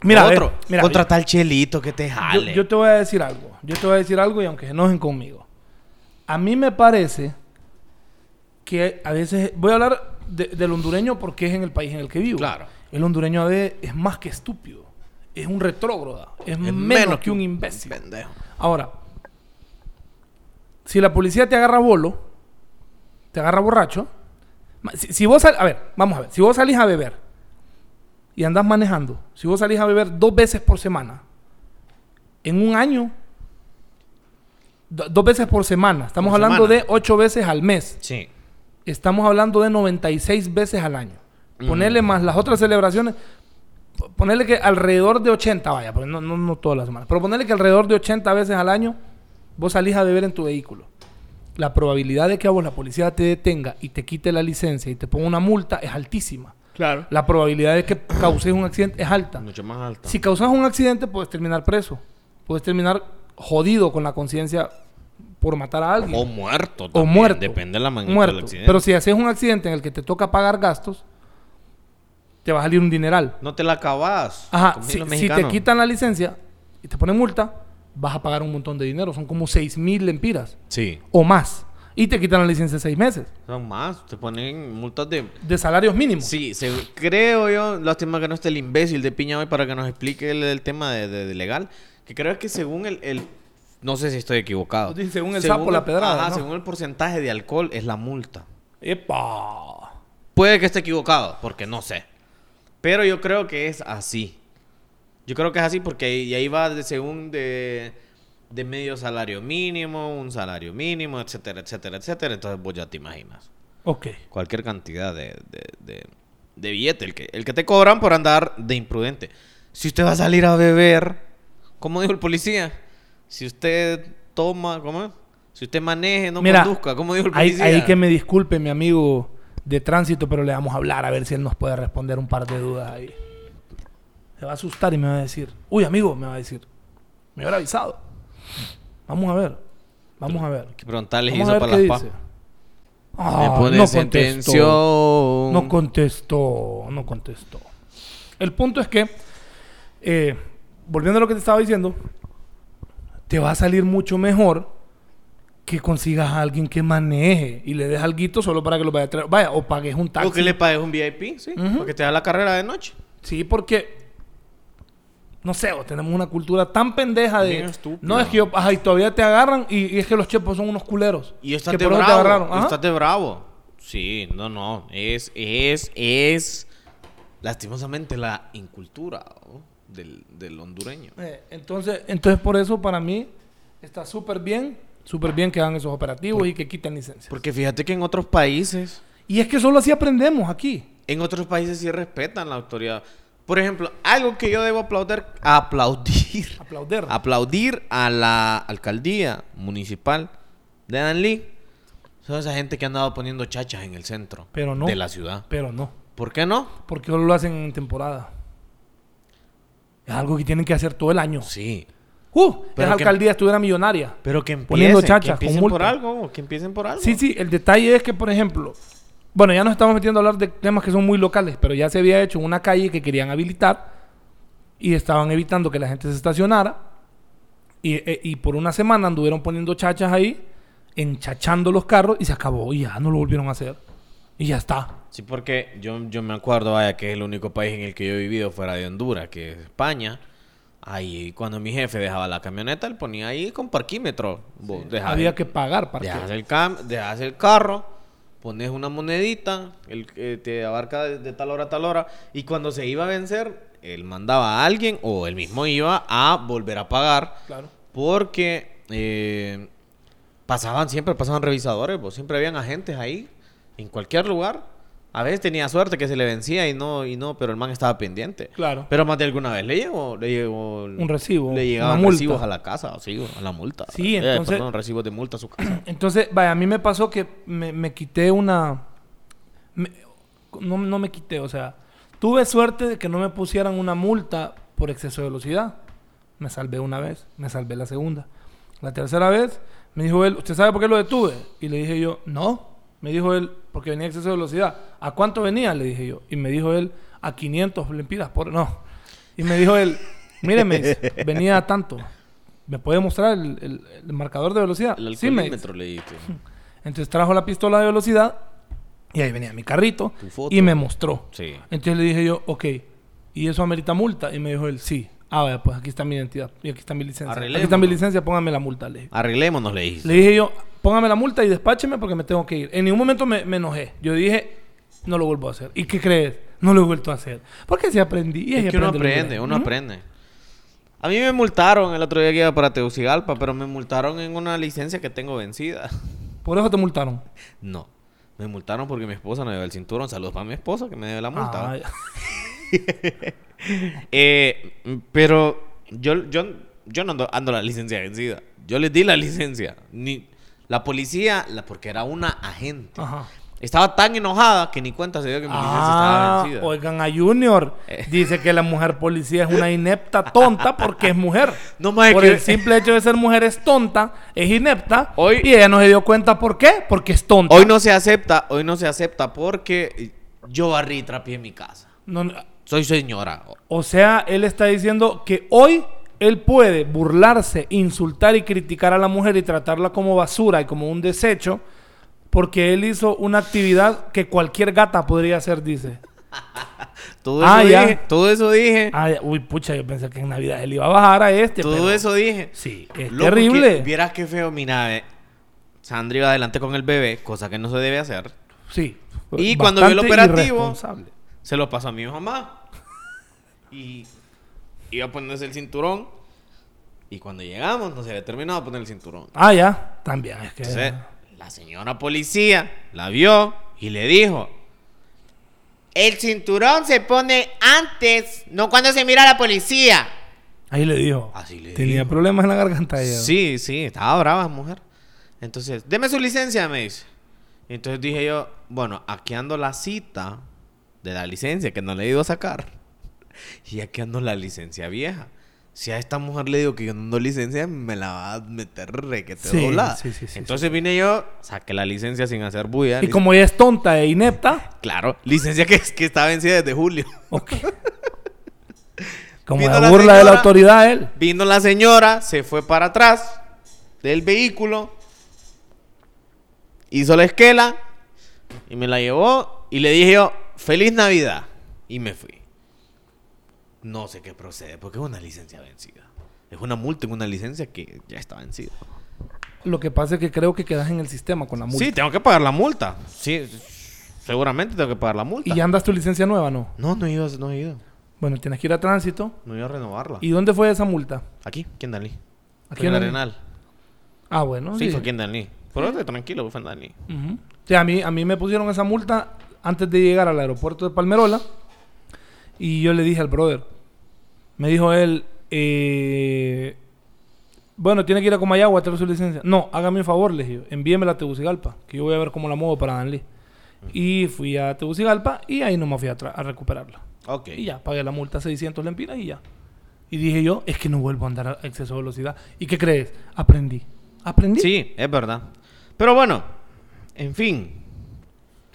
Speaker 1: Mira,
Speaker 2: Otro,
Speaker 1: eh, mira,
Speaker 2: contrata al chelito que te
Speaker 1: yo,
Speaker 2: jale.
Speaker 1: yo te voy a decir algo. Yo te voy a decir algo y aunque se enojen conmigo. A mí me parece que a veces... Voy a hablar de- del hondureño porque es en el país en el que vivo.
Speaker 2: Claro.
Speaker 1: El hondureño a veces es más que estúpido. Es un retrógrada. Es,
Speaker 2: Es
Speaker 1: menos, que un imbécil.
Speaker 2: Pendejo.
Speaker 1: Ahora, si la policía te agarra bolo, te agarra borracho, ma- si, si vos sal- a ver, vamos a ver, si vos salís a beber y andás manejando, si vos salís a beber dos veces por semana, en un año do- dos veces por semana. Estamos
Speaker 2: Por
Speaker 1: hablando
Speaker 2: semana.
Speaker 1: de ocho veces al mes.
Speaker 2: Sí.
Speaker 1: Estamos hablando de 96 veces al año. Ponerle más las otras celebraciones. p- Ponerle que alrededor de 80, vaya, pues no, no, no todas las semanas. Pero ponerle que alrededor de 80 veces al año vos salís a beber en tu vehículo. La probabilidad de que a vos la policía te detenga y te quite la licencia y te ponga una multa es altísima.
Speaker 2: Claro.
Speaker 1: La probabilidad de que causes un accidente es alta.
Speaker 2: Mucho más alta.
Speaker 1: Si causas un accidente, puedes terminar preso. Puedes terminar jodido con la conciencia por matar a alguien.
Speaker 2: O muerto.
Speaker 1: O
Speaker 2: también,
Speaker 1: muerto.
Speaker 2: Depende de la magnitud
Speaker 1: Muerto.
Speaker 2: del accidente.
Speaker 1: Pero si haces un accidente en el que te toca pagar gastos, te va a salir un dineral.
Speaker 2: No te la acabas.
Speaker 1: Ajá,
Speaker 2: como
Speaker 1: si,
Speaker 2: dicen los
Speaker 1: si te
Speaker 2: mexicanos.
Speaker 1: quitan la licencia y te ponen multa, vas a pagar un montón de dinero. Son como 6 mil lempiras
Speaker 2: Sí.
Speaker 1: o más. Y te quitan la licencia seis meses
Speaker 2: Son más. Te ponen multas de...
Speaker 1: de salarios mínimos.
Speaker 2: Sí, se- creo yo, lástima que no esté el imbécil de Piña hoy para que nos explique el, el tema de, de- de legal, que creo que según el, el- no sé si estoy equivocado.
Speaker 1: Dice, según el sapo, la pedrada,
Speaker 2: Ajá,
Speaker 1: ¿no?
Speaker 2: según el porcentaje de alcohol es la multa.
Speaker 1: ¡Epa!
Speaker 2: Puede que esté equivocado, porque no sé. Pero yo creo que es así. Yo creo que es así porque ahí- y ahí va de, según de, de medio salario mínimo, un salario mínimo, etcétera, etcétera, etcétera. Entonces vos ya te imaginas
Speaker 1: Ok.
Speaker 2: cualquier cantidad de, de, de- de billete, el que, el que te cobran por andar de imprudente. Si usted va a salir a beber, como dijo el policía, si usted toma, ¿cómo es? Si usted maneje, no
Speaker 1: Mira,
Speaker 2: conduzca, como dijo el
Speaker 1: ahí,
Speaker 2: policía.
Speaker 1: ahí que me disculpe mi amigo de tránsito, pero le vamos a hablar a ver si él nos puede responder un par de dudas ahí. Se va a asustar y me va a decir, uy amigo, me va a decir, me hubiera avisado. Vamos a ver, vamos a ver.
Speaker 2: Que preguntarle
Speaker 1: Vamos
Speaker 2: hizo
Speaker 1: a ver
Speaker 2: para
Speaker 1: qué
Speaker 2: las paz.
Speaker 1: dice. Ah,
Speaker 2: me pone
Speaker 1: no
Speaker 2: sentención.
Speaker 1: contestó. No contestó, no contestó. El punto es que, eh, volviendo a lo que te estaba diciendo, te va a salir mucho mejor que consigas a alguien que maneje y le des alguito solo para que lo vaya a traer. Vaya, o pagues un taxi.
Speaker 2: O que le pagues un VIP, sí,
Speaker 1: Ujú.
Speaker 2: porque te da la carrera de noche.
Speaker 1: Sí, porque. No sé, o tenemos una cultura tan pendeja
Speaker 2: Bien
Speaker 1: de.
Speaker 2: estúpida.
Speaker 1: No es que yo. Ajá, y todavía te agarran y, y es que los chepos son unos culeros.
Speaker 2: Y estás
Speaker 1: que
Speaker 2: de
Speaker 1: por eso
Speaker 2: bravo. y
Speaker 1: Ajá.
Speaker 2: estás de bravo. Sí, no, no. Es, es, es lastimosamente la incultura ¿no? del, del hondureño.
Speaker 1: Eh, entonces, entonces, por eso para mí está súper bien, súper bien que hagan esos operativos y que quiten licencias.
Speaker 2: Porque fíjate que en otros países,
Speaker 1: Y es que solo así aprendemos aquí.
Speaker 2: en otros países sí respetan la autoridad. Por ejemplo, algo que yo debo aplaudir, aplaudir,
Speaker 1: *laughs* Aplaudir.
Speaker 2: aplaudir a la alcaldía municipal de Danlí. Son esa gente que ha andado poniendo chachas en el centro
Speaker 1: Pero no.
Speaker 2: de la ciudad.
Speaker 1: Pero no,
Speaker 2: ¿Por qué no?
Speaker 1: porque solo lo hacen en temporada. Es algo que tienen que hacer todo el año.
Speaker 2: Sí.
Speaker 1: ¡Uh!
Speaker 2: Pero
Speaker 1: la
Speaker 2: que-
Speaker 1: alcaldía estuviera millonaria.
Speaker 2: Pero que empiecen,
Speaker 1: Poniendo chachas
Speaker 2: que
Speaker 1: con
Speaker 2: empiecen por
Speaker 1: multa.
Speaker 2: algo, que empiecen por algo.
Speaker 1: Sí, sí, el detalle es que, por ejemplo, bueno, ya nos estamos metiendo a hablar de temas que son muy locales, pero ya se había hecho una calle que querían habilitar y estaban evitando que la gente se estacionara y, e- y por una semana anduvieron poniendo chachas ahí, enchachando los carros y se acabó y ya no lo volvieron a hacer y ya está.
Speaker 2: Sí, porque yo, yo me acuerdo, vaya, que es el único país en el que yo he vivido fuera de Honduras, que es España. Ahí, cuando mi jefe dejaba la camioneta, él ponía ahí con parquímetro. Vos dejás
Speaker 1: Había
Speaker 2: el-
Speaker 1: que pagar para
Speaker 2: dejás el, cam- dejás el carro, pones una monedita, el, que te abarca de, de tal hora a tal hora. Y cuando se iba a vencer, él mandaba a alguien o él mismo iba a volver a pagar.
Speaker 1: Claro.
Speaker 2: Porque eh, pasaban siempre, pasaban revisadores, pues, siempre habían agentes ahí, en cualquier lugar. A veces tenía suerte que se le vencía y no, y no, pero el man estaba pendiente.
Speaker 1: Claro.
Speaker 2: Pero más de alguna vez le llegó, le llegó
Speaker 1: Un recibo,
Speaker 2: Le
Speaker 1: una
Speaker 2: llegaban
Speaker 1: multa.
Speaker 2: recibos a la casa, sí, a la multa. Eh,
Speaker 1: Sí, entonces-
Speaker 2: perdón, recibos de multa a
Speaker 1: *coughs*
Speaker 2: su casa.
Speaker 1: *clears throat* Entonces, vaya, a mí me pasó que me, me quité una... me- no, no me quité, o sea, tuve suerte de que no me pusieran una multa por exceso de velocidad. Me salvé una vez, me salvé la segunda. La tercera vez, me dijo él, ¿usted sabe por qué lo detuve? Y le dije yo, no. Me dijo él, porque venía a exceso de velocidad. ¿A cuánto venía? Le dije yo. Y me dijo él, a 500 lempiras por... No. Y me dijo él, mire, me dice, venía a tanto. ¿Me puede mostrar el, el- el marcador de velocidad?
Speaker 2: El
Speaker 1: sí, me dice.
Speaker 2: alcoholímetro le diste.
Speaker 1: Entonces trajo la pistola de velocidad y ahí venía mi carrito
Speaker 2: Tu foto.
Speaker 1: y me mostró.
Speaker 2: Sí.
Speaker 1: Entonces le dije yo, ok, ¿y eso amerita multa? Y me dijo él, sí. Ah, vaya, pues aquí está mi identidad y aquí está mi licencia. Aquí está mi
Speaker 2: Arreglémoslo.
Speaker 1: licencia, póngame la multa. Le dije.
Speaker 2: Arreglémonos, le dije.
Speaker 1: Le dije yo, póngame la multa y despácheme porque me tengo que ir. En ningún momento me, me enojé. Yo dije, no lo vuelvo a hacer. ¿Y qué crees? No lo he vuelto a hacer. Porque si aprendí. Y ahí
Speaker 2: Es que uno
Speaker 1: aprende lo que
Speaker 2: aprende,
Speaker 1: hay.
Speaker 2: uno
Speaker 1: Ujú.
Speaker 2: aprende. A mí me multaron el otro día que iba para Tegucigalpa, pero me multaron en una licencia que tengo vencida.
Speaker 1: Por eso te multaron.
Speaker 2: No. Me multaron porque mi esposa no lleva el cinturón. Saludos para mi esposa que me debe la multa.
Speaker 1: Ay.
Speaker 2: *laughs* Eh, pero yo, yo, yo no ando, ando la licencia vencida. Yo les di la licencia. Ni, la policía, la, porque era una agente,
Speaker 1: Ajá.
Speaker 2: estaba tan enojada que ni cuenta se dio que mi
Speaker 1: Ah,
Speaker 2: licencia estaba vencida.
Speaker 1: oigan a Junior.
Speaker 2: Eh.
Speaker 1: Dice que la mujer policía es una inepta tonta porque es mujer.
Speaker 2: *laughs* No, maje,
Speaker 1: por
Speaker 2: que-
Speaker 1: el simple hecho de ser mujer es tonta, es inepta.
Speaker 2: Hoy-
Speaker 1: y ella no se dio cuenta por qué, porque es tonta.
Speaker 2: Hoy no se acepta, hoy no se acepta porque yo barrí y trapié mi casa.
Speaker 1: No, no,
Speaker 2: Soy señora.
Speaker 1: o sea, él está diciendo que hoy él puede burlarse, insultar y criticar a la mujer y tratarla como basura y como un desecho, porque él hizo una actividad que cualquier gata podría hacer,
Speaker 2: *laughs*
Speaker 1: dice.
Speaker 2: Todo eso
Speaker 1: Ah, ya. Ah,
Speaker 2: dije, todo eso dije,
Speaker 1: Ay, uy, pucha, yo pensé que en Navidad él iba a bajar a este.
Speaker 2: todo
Speaker 1: pero-
Speaker 2: eso dije.
Speaker 1: Sí, es
Speaker 2: Loco, que-
Speaker 1: terrible.
Speaker 2: vieras qué feo mi nave. Sandra iba adelante con el bebé, cosa que no se debe hacer.
Speaker 1: Sí.
Speaker 2: Y cuando vio el
Speaker 1: bastante
Speaker 2: operativo-
Speaker 1: irresponsable.
Speaker 2: Se lo pasó a mi mamá. Y iba a ponerse el cinturón. Y cuando llegamos, no se había terminado de poner el cinturón.
Speaker 1: Ah, ya, también. Es que...
Speaker 2: Entonces, la señora policía la vio y le dijo: El cinturón se pone antes, no cuando se mira a la policía.
Speaker 1: Ahí le dijo.
Speaker 2: Así le
Speaker 1: Tenía
Speaker 2: dijo.
Speaker 1: problemas en la garganta ella.
Speaker 2: Sí, sí, estaba brava, mujer. Entonces, deme su licencia, me dice. Entonces dije yo, bueno, aquí ando la cita de la licencia que no le he ido a sacar. *laughs* Y aquí ando la licencia vieja. Si a esta mujer le digo que yo no ando licencia, me la va a meter re que te
Speaker 1: Sí,
Speaker 2: doblada.
Speaker 1: sí, sí, sí,
Speaker 2: Entonces vine yo, saqué la licencia sin hacer bulla.
Speaker 1: Y
Speaker 2: lic-
Speaker 1: como ella es tonta e inepta,
Speaker 2: Claro, licencia que, que está vencida desde julio.
Speaker 1: ok. Como
Speaker 2: Viendo
Speaker 1: la
Speaker 2: la
Speaker 1: burla de la
Speaker 2: señora.
Speaker 1: autoridad él.
Speaker 2: Vino la señora, se fue para atrás del vehículo, hizo la esquela y me la llevó y le dije yo, feliz Navidad. Y me fui. No sé qué procede, porque es una licencia vencida. Es una multa en una licencia que ya está vencida.
Speaker 1: Lo que pasa es que creo que quedas en el sistema con la multa.
Speaker 2: Sí, tengo que pagar la multa. Sí, seguramente tengo que pagar la multa.
Speaker 1: y ya andas tu licencia nueva, ¿no?
Speaker 2: No, no he ido, no he ido.
Speaker 1: Bueno, tienes que ir a tránsito.
Speaker 2: No he ido a renovarla.
Speaker 1: ¿Y dónde fue esa multa?
Speaker 2: Aquí, ¿quién Dalí?
Speaker 1: Aquí
Speaker 2: Fue Ah. en
Speaker 1: en
Speaker 2: la
Speaker 1: el-
Speaker 2: Arenal.
Speaker 1: Ah, bueno.
Speaker 2: Sí, fue aquí en Dalí. Por eso tranquilo, fue en Dalí.
Speaker 1: Ujú. Sí, a mí, a mí me pusieron esa multa antes de llegar al aeropuerto de Palmerola. Y yo le dije al brother. Me dijo él, eh, bueno, tiene que ir a Comayagua a traer su licencia. No, hágame un favor, le dije. yo, Envíemela a Tegucigalpa, que yo voy a ver cómo la muevo para Danlí. Y fui a Tegucigalpa y ahí no me fui a, tra- a recuperarla.
Speaker 2: Ok.
Speaker 1: Y ya, pagué la multa 600 lempiras y ya. Y dije yo, es que no vuelvo a andar a exceso de velocidad. ¿Y qué crees? Aprendí. Aprendí.
Speaker 2: Sí, es verdad. Pero bueno, en fin.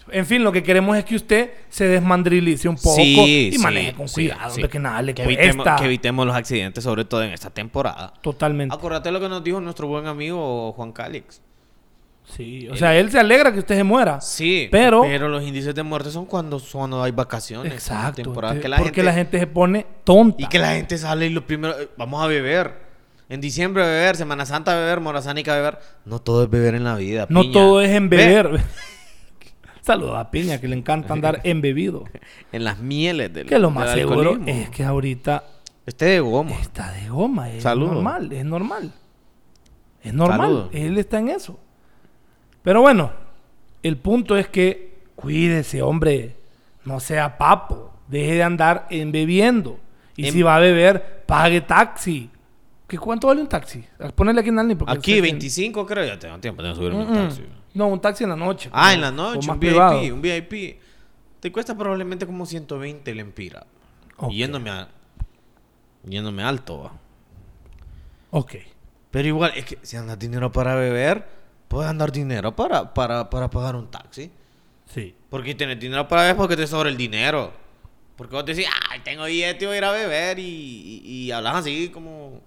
Speaker 1: En fin, lo que queremos es que usted se desmandrilice un poco
Speaker 2: Sí,
Speaker 1: y
Speaker 2: sí,
Speaker 1: maneje con
Speaker 2: sí,
Speaker 1: cuidado,
Speaker 2: sí.
Speaker 1: de que nada le
Speaker 2: Que evitemos,
Speaker 1: cuesta.
Speaker 2: que evitemos los accidentes, sobre todo en esta temporada.
Speaker 1: Totalmente.
Speaker 2: Acordate lo que nos dijo nuestro buen amigo Juan Cálix.
Speaker 1: Sí, o sea, él se alegra que usted se muera.
Speaker 2: Sí,
Speaker 1: Pero-
Speaker 2: los índices de muerte son cuando, son- cuando hay vacaciones.
Speaker 1: Exacto.
Speaker 2: temporadas
Speaker 1: entonces,
Speaker 2: que la
Speaker 1: porque
Speaker 2: gente-
Speaker 1: la gente se pone tonta.
Speaker 2: Y que la gente sale y lo primero, eh, vamos a beber. En diciembre beber, Semana Santa beber, Morazánica beber. No todo es beber en la vida.
Speaker 1: no
Speaker 2: piña.
Speaker 1: todo es
Speaker 2: Ve,
Speaker 1: embeber. *laughs* Saludos a Piña, que le encanta
Speaker 2: *laughs*
Speaker 1: andar embebido.
Speaker 2: En las mieles del
Speaker 1: que lo más
Speaker 2: del
Speaker 1: seguro
Speaker 2: alcoholismo.
Speaker 1: es que ahorita
Speaker 2: Este de goma.
Speaker 1: está de goma. Es
Speaker 2: Saludos.
Speaker 1: normal, es normal. Es normal.
Speaker 2: Saludos.
Speaker 1: Él está en eso. Pero bueno, el punto es que cuídese, hombre. No sea papo. Deje de andar embebiendo. Y
Speaker 2: Em-
Speaker 1: si va a beber, pague taxi. ¿Qué cuánto vale un taxi? Ponerle aquí en Alni porque
Speaker 2: Aquí,
Speaker 1: sé que-
Speaker 2: 25 creo. Ya tengo tiempo, tengo que subirme
Speaker 1: Mm,
Speaker 2: un taxi.
Speaker 1: No, un taxi en la noche.
Speaker 2: Ah, en la
Speaker 1: o
Speaker 2: noche,
Speaker 1: más
Speaker 2: un VIP,
Speaker 1: privado.
Speaker 2: un VIP. Te cuesta probablemente como 120 lempira.
Speaker 1: Ok.
Speaker 2: Yéndome a... Yéndome alto, va.
Speaker 1: Ok.
Speaker 2: Pero igual, es que si andas dinero para beber, puedes andar dinero para, para, para pagar un taxi.
Speaker 1: Sí.
Speaker 2: Porque tienes dinero para beber porque te sobra el dinero. Porque vos decís, ay, tengo billete, voy a ir a beber y, y, y hablas así como...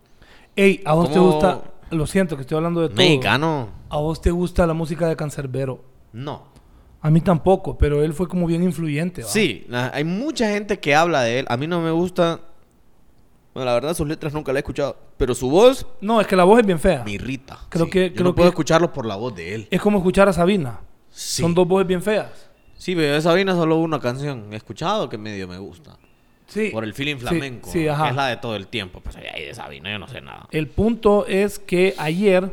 Speaker 1: Ey, ¿a vos te
Speaker 2: ¿Cómo-
Speaker 1: gusta? Lo siento que estoy hablando de todo.
Speaker 2: Mexicano.
Speaker 1: ¿A vos te gusta la música de Cancerbero?
Speaker 2: No.
Speaker 1: A mí tampoco, pero él fue como bien influyente. ¿va?
Speaker 2: Sí, la- hay mucha gente que habla de él. A mí no me gusta. Bueno, la verdad, sus letras nunca la he escuchado. Pero su voz
Speaker 1: No, es que la voz es bien fea.
Speaker 2: me irrita.
Speaker 1: Creo
Speaker 2: Sí,
Speaker 1: que-
Speaker 2: Yo
Speaker 1: creo
Speaker 2: no puedo
Speaker 1: que-
Speaker 2: escucharlo por la voz de él.
Speaker 1: Es como escuchar a Sabina.
Speaker 2: Sí.
Speaker 1: Son dos voces bien feas.
Speaker 2: Sí, pero de Sabina solo una canción he escuchado que medio me gusta.
Speaker 1: Sí.
Speaker 2: Por el feeling
Speaker 1: Sí,
Speaker 2: flamenco.
Speaker 1: sí,
Speaker 2: ¿no?
Speaker 1: ajá.
Speaker 2: Que es la de todo el tiempo. Pues ahí de Sabino yo no sé nada.
Speaker 1: El punto es que ayer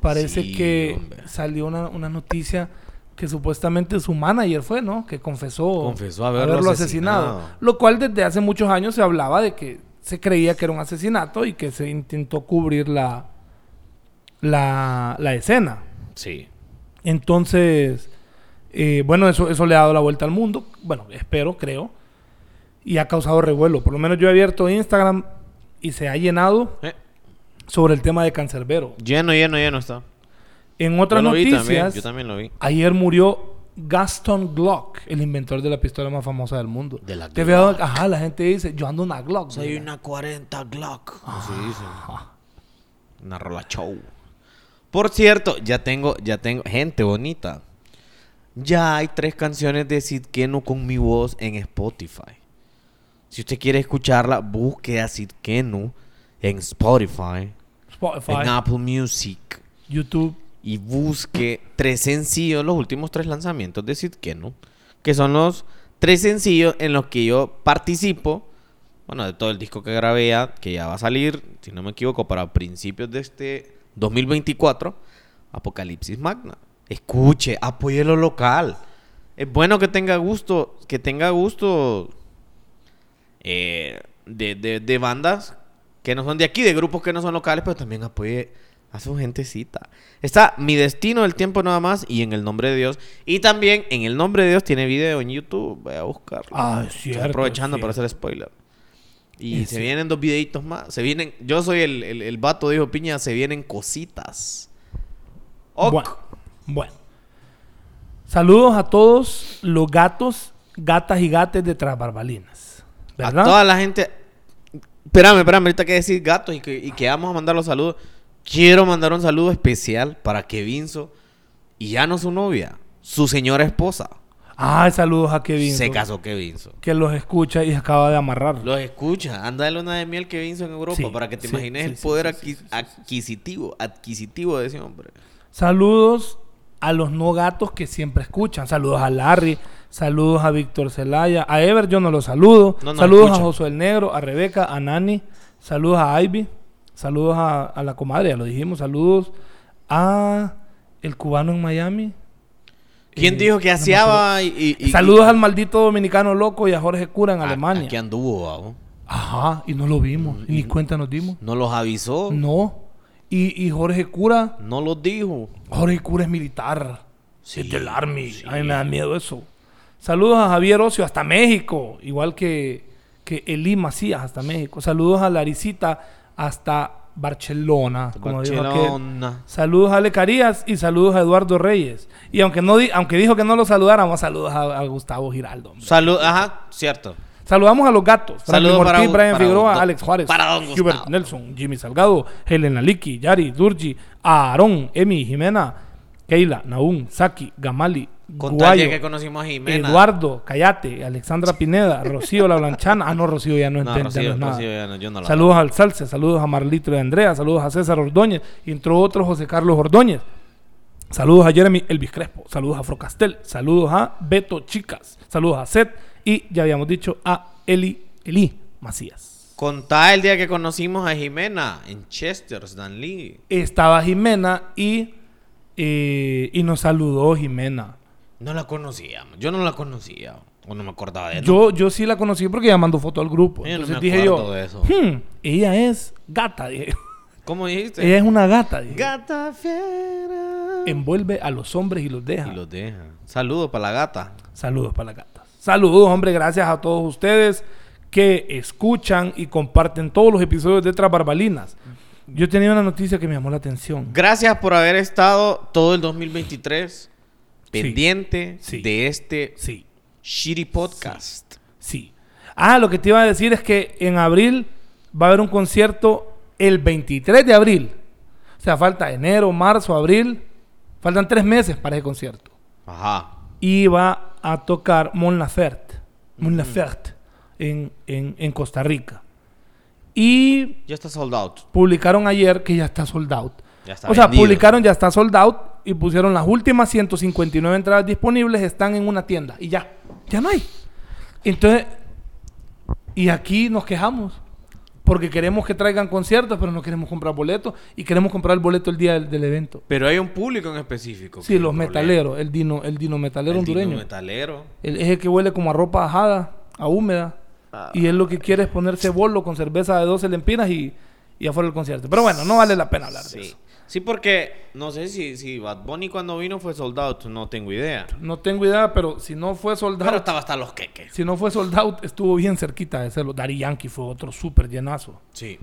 Speaker 1: parece
Speaker 2: Sí,
Speaker 1: que
Speaker 2: hombre.
Speaker 1: salió una, una noticia que supuestamente su manager fue, ¿no? Que confesó,
Speaker 2: Confesó haberlo asesinado.
Speaker 1: Lo cual desde hace muchos años se hablaba de que se creía que era un asesinato y que se intentó cubrir la, la, la escena.
Speaker 2: Sí.
Speaker 1: Entonces, eh, bueno, eso, eso le ha dado la vuelta al mundo. Bueno, espero, creo. Y ha causado revuelo. Por lo menos yo he abierto Instagram y se ha llenado
Speaker 2: Eh,
Speaker 1: sobre el tema de Cancerbero.
Speaker 2: lleno, lleno, lleno está.
Speaker 1: En otras
Speaker 2: yo lo vi también.
Speaker 1: noticias,
Speaker 2: Yo también lo vi.
Speaker 1: ayer murió Gaston Glock, el inventor de la pistola más famosa del mundo.
Speaker 2: De la
Speaker 1: Te veo, ajá, la gente dice, yo ando una Glock.
Speaker 2: Soy
Speaker 1: mira".
Speaker 2: una 40 Glock. Así dice. Ah, Una rola show. Por cierto, ya tengo, ya tengo. Gente bonita. Ya hay tres canciones de Sid Keno con mi voz en Spotify. Si usted quiere escucharla, busque a Sid Keno en Spotify,
Speaker 1: Spotify,
Speaker 2: en Apple Music
Speaker 1: YouTube.
Speaker 2: y busque tres sencillos, los últimos tres lanzamientos de Sid Keno, que son los tres sencillos en los que yo participo, bueno, de todo el disco que grabé ya, que ya va a salir, si no me equivoco, para principios de este 2024, Apocalipsis Magna. Escuche, apoye lo local. Es bueno que tenga gusto, que tenga gusto eh, de, de- de bandas que no son de aquí, de grupos que no son locales, pero también apoye a su gentecita. Está Mi Destino, El Tiempo Nada Más y En el Nombre de Dios. Y también En el Nombre de Dios tiene video en YouTube. Voy a buscarlo.
Speaker 1: Ah, es
Speaker 2: Estoy
Speaker 1: cierto,
Speaker 2: aprovechando
Speaker 1: es
Speaker 2: para hacer
Speaker 1: cierto. Eh,
Speaker 2: spoiler. Y
Speaker 1: Es
Speaker 2: se
Speaker 1: cierto.
Speaker 2: vienen dos videitos más. Se vienen. Yo soy el, el, el vato, dijo Piña. Se vienen cositas. Ok.
Speaker 1: Bueno, bueno. Saludos a todos los gatos, gatas y gates de Trasbarbalinas. ¿Verdad?
Speaker 2: A toda la gente. Espérame, espérame, ahorita que decir gatos y que, y que vamos a mandar los saludos. Quiero mandar un saludo especial para Kevinzo y ya no su novia, su señora esposa.
Speaker 1: Ay, Ah, saludos a Kevin.
Speaker 2: Se casó Kevinzo.
Speaker 1: Que los escucha y acaba de amarrar.
Speaker 2: Los escucha, anda de luna de miel Kevinzo en Europa
Speaker 1: Ah. Sí,
Speaker 2: para que te
Speaker 1: sí,
Speaker 2: imagines
Speaker 1: sí,
Speaker 2: el
Speaker 1: sí,
Speaker 2: poder
Speaker 1: sí, sí,
Speaker 2: adqui- adquisitivo, adquisitivo de ese hombre.
Speaker 1: Saludos a los no gatos que siempre escuchan. Saludos a Larry, saludos a Víctor Celaya, a Ever yo no lo saludo.
Speaker 2: No nos
Speaker 1: saludos
Speaker 2: escucha.
Speaker 1: a Josué el Negro, a Rebeca, a Nani, saludos a Ivy, saludos a, a la comadre, ya lo dijimos, saludos a el cubano en Miami.
Speaker 2: ¿Quién
Speaker 1: Eh,
Speaker 2: dijo que
Speaker 1: no me
Speaker 2: aseaba y, y- y-
Speaker 1: Saludos al maldito dominicano loco y a Jorge Cura en
Speaker 2: a-
Speaker 1: Alemania.
Speaker 2: Aquí Mm, anduvo, babo.
Speaker 1: Ajá, y no lo vimos, y ni cuenta nos dimos.
Speaker 2: No los avisó, no,
Speaker 1: No. Y, y Jorge Cura,
Speaker 2: los dijo.
Speaker 1: Jorge Cura es militar.
Speaker 2: Sí,
Speaker 1: es del Army.
Speaker 2: sí.
Speaker 1: A mí me da miedo eso. Saludos a Javier Ocio hasta México. Igual que, que Eli Macías hasta México. Saludos a Laricita hasta Barcelona. Como dijo aquel.
Speaker 2: Barcelona.
Speaker 1: Saludos a Ale Carías y saludos a Eduardo Reyes. Y aunque no di- aunque dijo que no lo saludáramos, saludos a, a Gustavo Giraldo. hombre.
Speaker 2: Salud, ajá, cierto.
Speaker 1: Saludamos a los gatos. Franklin
Speaker 2: Saludos para
Speaker 1: Ortiz,
Speaker 2: un-
Speaker 1: Brian
Speaker 2: para
Speaker 1: Figueroa,
Speaker 2: un-
Speaker 1: Alex Juárez,
Speaker 2: para don Gustavo.
Speaker 1: Hubert Nelson, Jimmy Salgado, Helen Aliki, Yari, Durgi, Aarón, Emi, Jimena, Keila, Naum, Saki, Gamali,
Speaker 2: Con tal día
Speaker 1: Guayo,
Speaker 2: que conocimos a Jimena.
Speaker 1: Eduardo, Cayate, Alexandra
Speaker 2: *laughs*
Speaker 1: Pineda, Rocío La Blanchana. Ah, no, Rocío ya no
Speaker 2: No,
Speaker 1: entiende
Speaker 2: Rocío,
Speaker 1: ya no es nada.
Speaker 2: Rocío, ya no, yo no la
Speaker 1: saludos al Salce, saludos a Marlito de Andrea, saludos a César Ordóñez, y entró otro José Carlos Ordóñez. Saludos a Jeremy Elvis Crespo, saludos a Frocastel, saludos a Beto Chicas, saludos a Seth y ya habíamos dicho a Eli, Eli Macías.
Speaker 2: Contá el día que conocimos a Jimena en Chester, Stan Lee.
Speaker 1: Estaba Jimena y, eh, y nos saludó Jimena.
Speaker 2: No la conocíamos. Yo no la conocía. O no me acordaba de ella.
Speaker 1: Yo, yo sí la conocí porque ella mandó foto al grupo.
Speaker 2: Yo no
Speaker 1: Entonces
Speaker 2: me
Speaker 1: dije
Speaker 2: acuerdo
Speaker 1: yo,
Speaker 2: de eso.
Speaker 1: "Hmm, ella es gata, dije.
Speaker 2: ¿Cómo dijiste?
Speaker 1: Ella es una gata, dije.
Speaker 2: Gata fiera.
Speaker 1: Envuelve a los hombres y los deja.
Speaker 2: Y los deja. Saludos para la gata.
Speaker 1: Saludos para las gatas. Saludos, hombre, gracias a todos ustedes que escuchan y comparten todos los episodios de Tras Barbalinas. Yo tenía una noticia que me llamó la atención.
Speaker 2: Gracias por haber estado todo el 2023 pendiente
Speaker 1: Sí.
Speaker 2: de este
Speaker 1: Sí,
Speaker 2: shitty podcast.
Speaker 1: sí. Ah, lo que te iba a decir es que en abril va a haber un concierto el 23 de abril. O sea, falta enero, marzo, abril. Faltan tres meses para ese concierto.
Speaker 2: Ajá.
Speaker 1: Y va a tocar Mon Laferte. Mon Laferte en, en- en Costa Rica. Y
Speaker 2: Ya está sold out.
Speaker 1: publicaron ayer que ya está sold out.
Speaker 2: Ya está
Speaker 1: o sea,
Speaker 2: vendido.
Speaker 1: publicaron ya está sold out y pusieron las últimas 159 entradas disponibles, están en una tienda y ya, ya no hay. Entonces, Y aquí nos quejamos. Porque queremos que traigan conciertos, pero no queremos comprar boletos. Y queremos comprar el boleto el día del, del evento.
Speaker 2: Pero hay un público en específico. que
Speaker 1: Sí,
Speaker 2: es
Speaker 1: los
Speaker 2: un problema.
Speaker 1: metaleros. El dino, el dino metalero
Speaker 2: El dino
Speaker 1: hondureño.
Speaker 2: metalero.
Speaker 1: El- es el que huele como a ropa ajada, a húmeda.
Speaker 2: Ah.
Speaker 1: Y él lo que quiere es ponerse bolo con cerveza de 12 lempiras y, y afuera el concierto. Pero bueno, no vale la pena hablar de
Speaker 2: Sí.
Speaker 1: eso.
Speaker 2: Sí, porque no sé si, si Bad Bunny cuando vino fue soldado, no tengo idea.
Speaker 1: No tengo idea, pero si no fue soldado,
Speaker 2: Pero estaba hasta los queques.
Speaker 1: si no fue soldado, estuvo bien cerquita de serlo. Dari Yankee fue otro súper llenazo.
Speaker 2: Sí.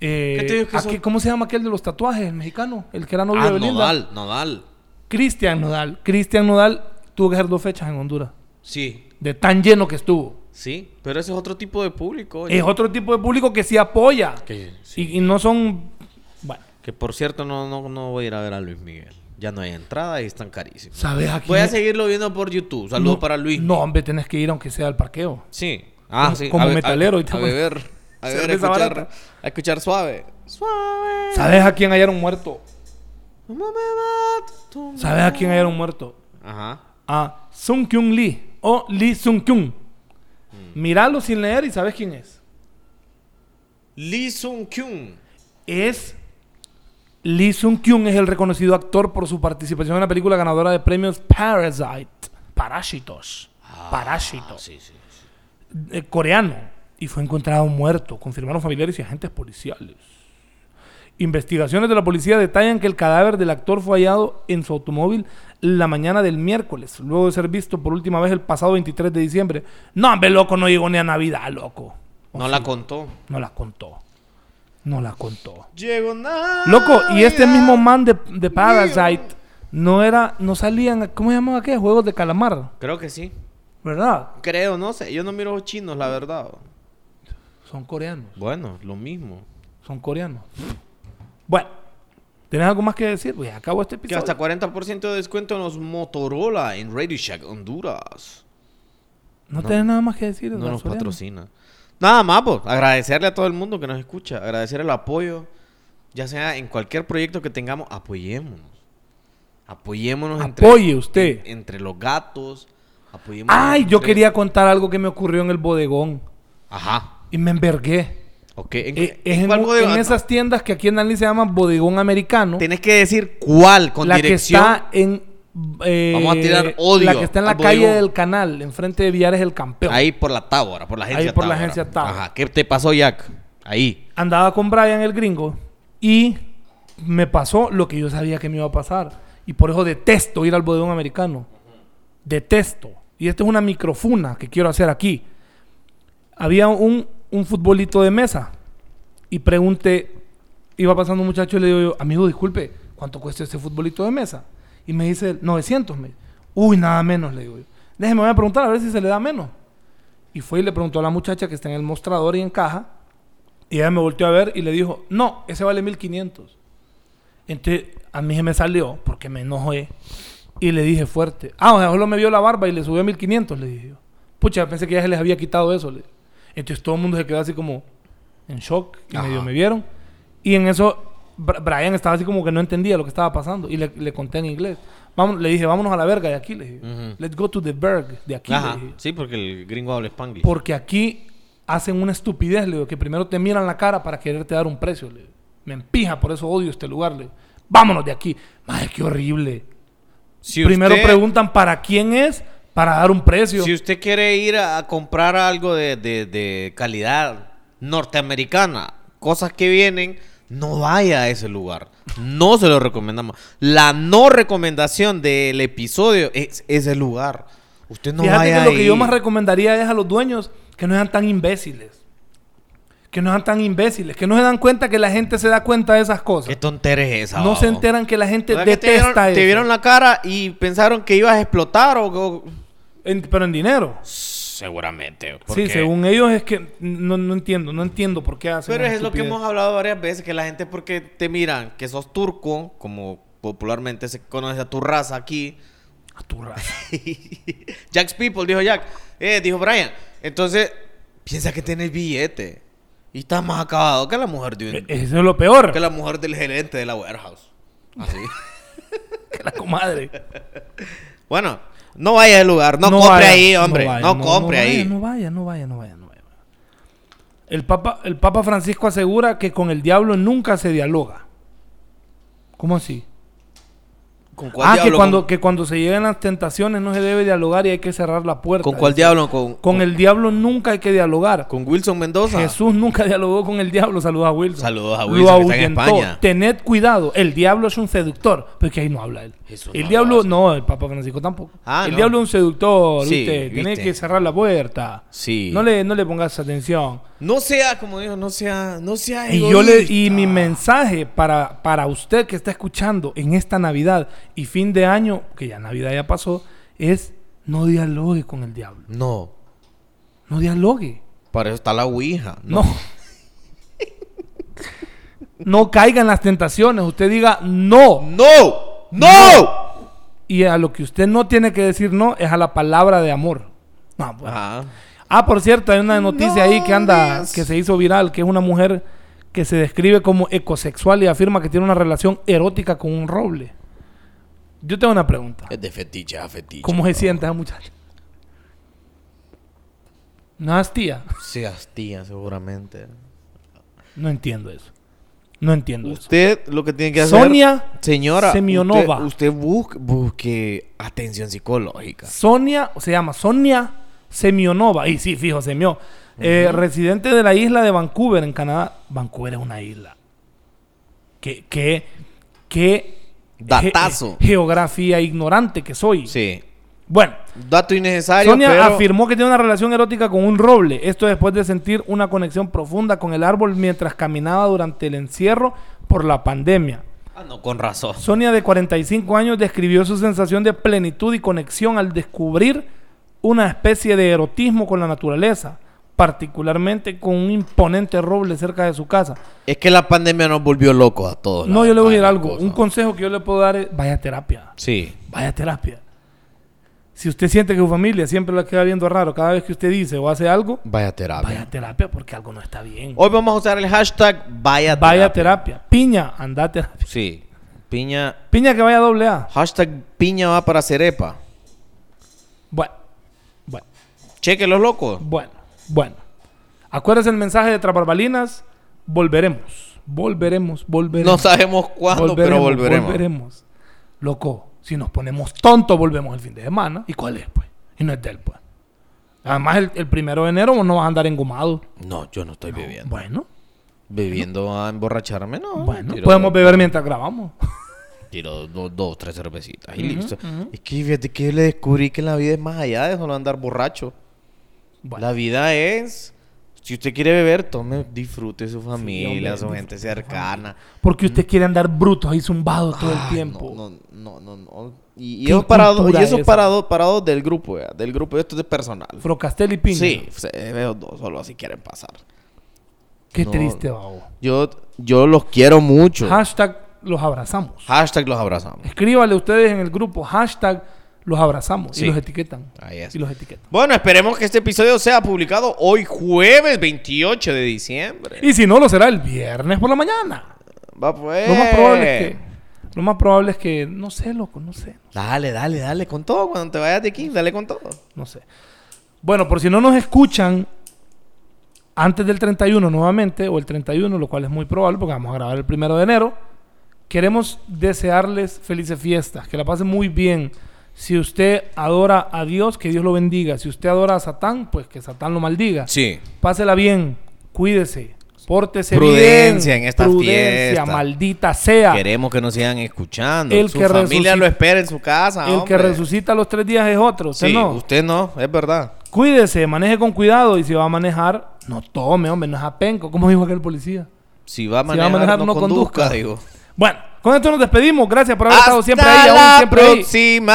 Speaker 1: Eh,
Speaker 2: ¿Qué te digo que
Speaker 1: aquel-
Speaker 2: son-
Speaker 1: ¿Cómo se llama aquel de los tatuajes, el mexicano? El que era novio
Speaker 2: Ah,
Speaker 1: de Belinda.
Speaker 2: Nodal, Nodal.
Speaker 1: Cristian Nodal. Cristian Nodal tuvo que hacer dos fechas en Honduras.
Speaker 2: Sí,
Speaker 1: De tan lleno que estuvo.
Speaker 2: sí. Pero ese es otro tipo de público. oye.
Speaker 1: Es otro tipo de público que sí apoya.
Speaker 2: Que,
Speaker 1: Y, y no son... Bueno,
Speaker 2: que por cierto, no, no, no voy a ir a ver a Luis Miguel. Ya no hay entrada y están carísimos.
Speaker 1: ¿sabes aquí?
Speaker 2: Voy a seguirlo viendo por YouTube. Saludos
Speaker 1: No,
Speaker 2: para Luis.
Speaker 1: No, hombre, tenés que ir aunque sea al parqueo.
Speaker 2: Sí. Ah,
Speaker 1: Como-
Speaker 2: sí.
Speaker 1: como
Speaker 2: be-
Speaker 1: metalero,
Speaker 2: A,
Speaker 1: ahorita
Speaker 2: a
Speaker 1: voy.
Speaker 2: beber. A beber, a
Speaker 1: Cerveza
Speaker 2: escuchar,
Speaker 1: barata.
Speaker 2: a escuchar suave. Suave.
Speaker 1: ¿Sabes a quién hallaron muerto?
Speaker 2: No me mates, tú me-
Speaker 1: ¿Sabes a quién hallaron muerto?
Speaker 2: Ajá.
Speaker 1: A Sung Kyung Lee o Lee Sung Kyung.
Speaker 2: Mm.
Speaker 1: Míralo sin leer y sabes quién es.
Speaker 2: Lee Sung Kyung.
Speaker 1: Es Lee Sung Kyung es el reconocido actor por su participación en la película ganadora de premios Parasite, Parásitos,
Speaker 2: Ah.
Speaker 1: Parásitos,
Speaker 2: Sí, sí. sí.
Speaker 1: eh, coreano y fue encontrado muerto. Confirmaron familiares y agentes policiales. Investigaciones de la policía detallan que el cadáver del actor fue hallado en su automóvil la mañana del miércoles, luego de ser visto por última vez el pasado 23 de diciembre. No, hombre, loco, no llegó ni a Navidad, loco.
Speaker 2: No la contó.
Speaker 1: No la contó. No la contó.
Speaker 2: Llegó nada.
Speaker 1: Loco, y este mismo man de, de Parasite no era, no salían, ¿cómo se llamaba qué? Juegos de calamar,
Speaker 2: Creo que sí.
Speaker 1: ¿verdad?
Speaker 2: Creo, no sé. Yo no miro chinos, la verdad.
Speaker 1: Son coreanos,
Speaker 2: Bueno, lo mismo.
Speaker 1: son coreanos. Bueno, ¿tenés algo más que decir? Pues acabo este
Speaker 2: Que
Speaker 1: episodio.
Speaker 2: hasta 40% de descuento en los Motorola en Radio Shack Honduras.
Speaker 1: No, tenés nada más que decir.
Speaker 2: No
Speaker 1: Edgar
Speaker 2: nos
Speaker 1: Soriano?
Speaker 2: patrocina. Nada más, pues, agradecerle a todo el mundo que nos escucha, agradecer el apoyo, ya sea en cualquier proyecto que tengamos, apoyémonos. Apoyémonos
Speaker 1: Apoye usted.
Speaker 2: en- entre los gatos, apoyémonos.
Speaker 1: Ay, yo
Speaker 2: entre-
Speaker 1: quería contar algo que me ocurrió en el bodegón
Speaker 2: Ajá.
Speaker 1: y me envergué.
Speaker 2: Ok. ¿En,
Speaker 1: Eh,
Speaker 2: en
Speaker 1: es en,
Speaker 2: cuál
Speaker 1: un-
Speaker 2: bodega?
Speaker 1: en esas tiendas que aquí en Anli se llaman bodegón americano.
Speaker 2: Tenés que decir cuál, con
Speaker 1: la
Speaker 2: dirección.
Speaker 1: que está en. eh,
Speaker 2: Vamos a tirar odio
Speaker 1: La que está en la
Speaker 2: al
Speaker 1: calle
Speaker 2: bodegón.
Speaker 1: del canal, enfrente de Villares el Campeón.
Speaker 2: Ahí por la Tábora, por la agencia
Speaker 1: Ahí por la
Speaker 2: Tábora.
Speaker 1: agencia Tábora.
Speaker 2: Ajá. ¿Qué te pasó, Jack? Ahí.
Speaker 1: andaba con Brian el gringo y me pasó lo que yo sabía que me iba a pasar. Y por eso detesto ir al bodegón americano. Detesto. Y esta es una microfuna que quiero hacer aquí. Había un, un futbolito de mesa y pregunté, iba pasando un muchacho y le digo yo, amigo, disculpe, ¿cuánto cuesta este futbolito de mesa? Y me dice, 900. Me dice. Uy, nada menos, le digo yo. Déjeme, voy a preguntar a ver si se le da menos. Y fue y le preguntó a la muchacha que está en el mostrador y en caja. Y ella me volteó a ver y le dijo, no, ese vale 1500. Entonces a mí se me salió porque me enojé y le dije fuerte. Ah, o sea, solo me vio la barba y le subió a 1500, le dije yo. Pucha, pensé que ya se les había quitado eso. le- Entonces todo el mundo se quedó así como en shock y
Speaker 2: Ajá.
Speaker 1: medio me vieron. Y en eso Bra- Brian estaba así como que no entendía lo que estaba pasando y le, le conté en inglés. Vamos, le dije, vámonos a la verga de aquí, le dije.
Speaker 2: Ujú.
Speaker 1: Let's go to the berg de aquí, le
Speaker 2: Ajá.
Speaker 1: dije.
Speaker 2: Sí, porque el gringo habla spanglish.
Speaker 1: Porque aquí hacen una estupidez, le digo, que primero te miran la cara para quererte dar un precio, le digo. Me empija, por eso odio este lugar, le digo. Vámonos de aquí. Madre, qué horrible.
Speaker 2: Si
Speaker 1: primero
Speaker 2: usted-
Speaker 1: preguntan para quién es para dar un precio.
Speaker 2: Si usted quiere ir a a comprar algo de, de- de calidad norteamericana, cosas que vienen, no vaya a ese lugar. No se lo recomendamos. La no recomendación del episodio es ese lugar. Usted no
Speaker 1: Fíjate
Speaker 2: vaya
Speaker 1: que lo que
Speaker 2: ahí.
Speaker 1: yo más recomendaría es a los dueños que no sean tan imbéciles. Que no sean tan imbéciles. Que no se dan cuenta que la gente se da cuenta de esas
Speaker 2: Qué
Speaker 1: cosas.
Speaker 2: tontera es esa.
Speaker 1: No se
Speaker 2: babo?
Speaker 1: enteran que la gente
Speaker 2: O sea, que
Speaker 1: detesta
Speaker 2: te, vieron, te
Speaker 1: eso.
Speaker 2: vieron la cara y pensaron que ibas a explotar o... o-
Speaker 1: En- pero en dinero.
Speaker 2: Seguramente.
Speaker 1: Sí,
Speaker 2: porque-
Speaker 1: según ellos es que no, no entiendo, no entiendo por qué hacen
Speaker 2: Pero
Speaker 1: esa
Speaker 2: es lo que
Speaker 1: estupidez.
Speaker 2: hemos hablado varias veces, que la gente porque te miran que sos turco, como popularmente se conoce a tu
Speaker 1: *laughs*
Speaker 2: raza aquí.
Speaker 1: A tu raza.
Speaker 2: Jack's People, dijo Jack. Eh, dijo Brian. Entonces, piensa que tenés billete. Y estás más acabado que la mujer de un-
Speaker 1: E-, Eso es lo peor.
Speaker 2: que la mujer del gerente de la warehouse.
Speaker 1: *laughs*
Speaker 2: Así.
Speaker 1: que la comadre.
Speaker 2: bueno, no vaya al lugar, no, compre
Speaker 1: vaya,
Speaker 2: ahí, hombre.
Speaker 1: vaya,
Speaker 2: No, compre
Speaker 1: vaya,
Speaker 2: ahí.
Speaker 1: No vaya, no vaya, no vaya, no vaya. El Papa, el Papa Francisco asegura que con el diablo nunca se dialoga. ¿Cómo así?
Speaker 2: ¿Con cuál
Speaker 1: Ah,
Speaker 2: diablo?
Speaker 1: que cuando,
Speaker 2: ¿Con-
Speaker 1: que cuando se lleguen las tentaciones no se debe dialogar y hay que cerrar la puerta.
Speaker 2: ¿Con cuál diablo? ¿Con,
Speaker 1: Con el diablo nunca hay que dialogar.
Speaker 2: con Wilson Mendoza?
Speaker 1: Jesús nunca dialogó con el diablo. Saludos a Wilson.
Speaker 2: Saludos a
Speaker 1: Lo
Speaker 2: Wilson, que está en
Speaker 1: ahuyentó.
Speaker 2: España.
Speaker 1: Tened cuidado. El diablo es un seductor. Pero que ahí no habla él.
Speaker 2: Jesús
Speaker 1: el
Speaker 2: no
Speaker 1: diablo,
Speaker 2: habla así.
Speaker 1: no, el Papa Francisco tampoco.
Speaker 2: Ah,
Speaker 1: el
Speaker 2: no.
Speaker 1: diablo es un seductor,
Speaker 2: Sí,
Speaker 1: ¿viste? Tenés
Speaker 2: ¿viste?
Speaker 1: que cerrar la puerta.
Speaker 2: Sí.
Speaker 1: No le, no le pongas atención.
Speaker 2: No sea, como digo, no sea, no sea
Speaker 1: Y yo le y
Speaker 2: egoísta.
Speaker 1: mi mensaje para, para usted que está escuchando en esta Navidad y fin de año, que ya Navidad ya pasó, es no dialogue con el diablo.
Speaker 2: No,
Speaker 1: No dialogue.
Speaker 2: para eso está la ouija.
Speaker 1: No. No caiga en las tentaciones. Usted diga no.
Speaker 2: ¡No! ¡No!
Speaker 1: Y a lo que usted no tiene que decir no es a la palabra de amor. No, pues.
Speaker 2: Ajá.
Speaker 1: Ah, por cierto, hay una noticia ahí que anda,
Speaker 2: Dios.
Speaker 1: que se hizo viral, que es una mujer que se describe como ecosexual y afirma que tiene una relación erótica con un roble. Yo tengo una pregunta.
Speaker 2: Es de fetiche a fetiche.
Speaker 1: ¿Cómo se siente esa muchacha? No hastía.
Speaker 2: Se hastía seguramente.
Speaker 1: No entiendo eso. No entiendo eso.
Speaker 2: Usted lo que tiene que hacer...
Speaker 1: Sonia
Speaker 2: Señora,
Speaker 1: Semionova.
Speaker 2: usted, usted busque, busque atención psicológica.
Speaker 1: Sonia, se llama Sonia Semionova. Y sí, fijo, Semio. Eh, residente de la isla de Vancouver, en Canadá. Vancouver es una isla. Qué, qué, qué
Speaker 2: Datazo.
Speaker 1: ge- geografía ignorante que soy.
Speaker 2: Sí.
Speaker 1: Bueno,
Speaker 2: Dato innecesario,
Speaker 1: Sonia
Speaker 2: pero...
Speaker 1: afirmó que tiene una relación erótica con un roble. Esto después de sentir una conexión profunda con el árbol mientras caminaba durante el encierro por la pandemia.
Speaker 2: Ah, no, con razón.
Speaker 1: Sonia, de 45 años, describió su sensación de plenitud y conexión al descubrir una especie de erotismo con la naturaleza, particularmente con un imponente roble cerca de su casa.
Speaker 2: Es que la pandemia nos volvió locos a todos. la
Speaker 1: no, yo le voy a decir
Speaker 2: verdad,
Speaker 1: algo.
Speaker 2: cosa.
Speaker 1: Un consejo que yo le puedo dar es vaya a terapia.
Speaker 2: Sí.
Speaker 1: Vaya a terapia. Si usted siente que su familia siempre la queda viendo raro cada vez que usted dice o hace algo,
Speaker 2: Vaya terapia.
Speaker 1: vaya a terapia porque algo no está bien.
Speaker 2: Hoy vamos a usar el hashtag vaya terapia.
Speaker 1: Vaya a terapia. Piña, anda a terapia.
Speaker 2: Sí. Piña.
Speaker 1: Piña que vaya a doble A.
Speaker 2: Hashtag piña va para Cerepa.
Speaker 1: Bueno, bueno.
Speaker 2: Cheque los locos.
Speaker 1: Bueno, bueno. Acuérdense el mensaje de Traparbalinas. Volveremos. Volveremos,
Speaker 2: No
Speaker 1: volveremos.
Speaker 2: sabemos cuándo, pero volveremos.
Speaker 1: Volveremos. Loco, si nos ponemos tontos, volvemos el fin de semana. ¿Y cuál es, pues? Y no es del, pues. Además, el, el primero de enero vos no vas a andar engomado.
Speaker 2: No, yo no estoy bebiendo.
Speaker 1: Bueno,
Speaker 2: Bebiendo a emborracharme, no.
Speaker 1: bueno.
Speaker 2: Tiro-
Speaker 1: Podemos beber mientras grabamos. *laughs*
Speaker 2: Tiro dos, dos, tres cervecitas y listo. Es que fíjate que le descubrí que la vida es más allá de solo andar borracho.
Speaker 1: Bueno.
Speaker 2: La vida es. Si usted quiere beber, tome, disfrute su familia,
Speaker 1: hombre,
Speaker 2: su gente cercana.
Speaker 1: Porque usted quiere andar brutos y zumbados todo el
Speaker 2: Ah,
Speaker 1: tiempo.
Speaker 2: No, no, no, no, no. Y, y
Speaker 1: ¿Qué
Speaker 2: eso para dos, y
Speaker 1: cultura
Speaker 2: eso
Speaker 1: es
Speaker 2: para
Speaker 1: esa?
Speaker 2: dos, para dos del grupo, ya, del grupo, esto es de personal.
Speaker 1: Frocastel y Piña.
Speaker 2: Sí, se- esos dos solo así quieren pasar.
Speaker 1: Qué
Speaker 2: No.
Speaker 1: triste, babo.
Speaker 2: Yo, yo los quiero mucho.
Speaker 1: Hashtag los abrazamos.
Speaker 2: Hashtag los abrazamos.
Speaker 1: Escríbale ustedes en el grupo hashtag los abrazamos
Speaker 2: Sí.
Speaker 1: y los etiquetan.
Speaker 2: Ahí es.
Speaker 1: Y los etiquetan.
Speaker 2: Bueno, esperemos que este episodio sea publicado hoy jueves 28 de diciembre.
Speaker 1: Y si no, lo será el viernes por la mañana.
Speaker 2: Va pues.
Speaker 1: Lo más probable es que. Lo más probable es que. No sé, loco, no sé.
Speaker 2: Dale, dale, dale con todo. Cuando te vayas de aquí, dale con todo.
Speaker 1: No sé. Bueno, por si no nos escuchan antes del 31 nuevamente, o el 31, lo cual es muy probable porque vamos a grabar el primero de enero, queremos desearles felices fiestas, que la pasen muy bien. Si usted adora a Dios, que Dios lo bendiga. Si usted adora a Satán, pues que Satán lo maldiga.
Speaker 2: Sí.
Speaker 1: Pásela bien, cuídese, pórtese
Speaker 2: Prudencia
Speaker 1: bien.
Speaker 2: en estas fiestas.
Speaker 1: maldita sea.
Speaker 2: Queremos que nos sigan escuchando.
Speaker 1: El
Speaker 2: su
Speaker 1: que
Speaker 2: familia
Speaker 1: resucit-
Speaker 2: lo espera en su casa.
Speaker 1: El que
Speaker 2: hombre.
Speaker 1: resucita a los tres días es otro, usted
Speaker 2: Sí,
Speaker 1: no.
Speaker 2: usted no, es verdad.
Speaker 1: Cuídese, maneje con cuidado y si va a manejar, no tome, hombre, no es apenco, como dijo aquel policía.
Speaker 2: Si va a
Speaker 1: Si
Speaker 2: manejar, no, conduzca, digo.
Speaker 1: Bueno, con esto nos despedimos. Gracias por haber estado siempre ahí, aún
Speaker 2: la
Speaker 1: siempre ahí.
Speaker 2: próxima.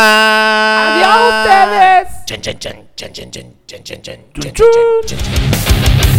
Speaker 1: Adiós ustedes.
Speaker 3: Chan, chan, chan, chan, chan, chan, chan, chan, chan,
Speaker 1: Chun,
Speaker 3: chan,
Speaker 1: chun.
Speaker 3: chan, chan, chan.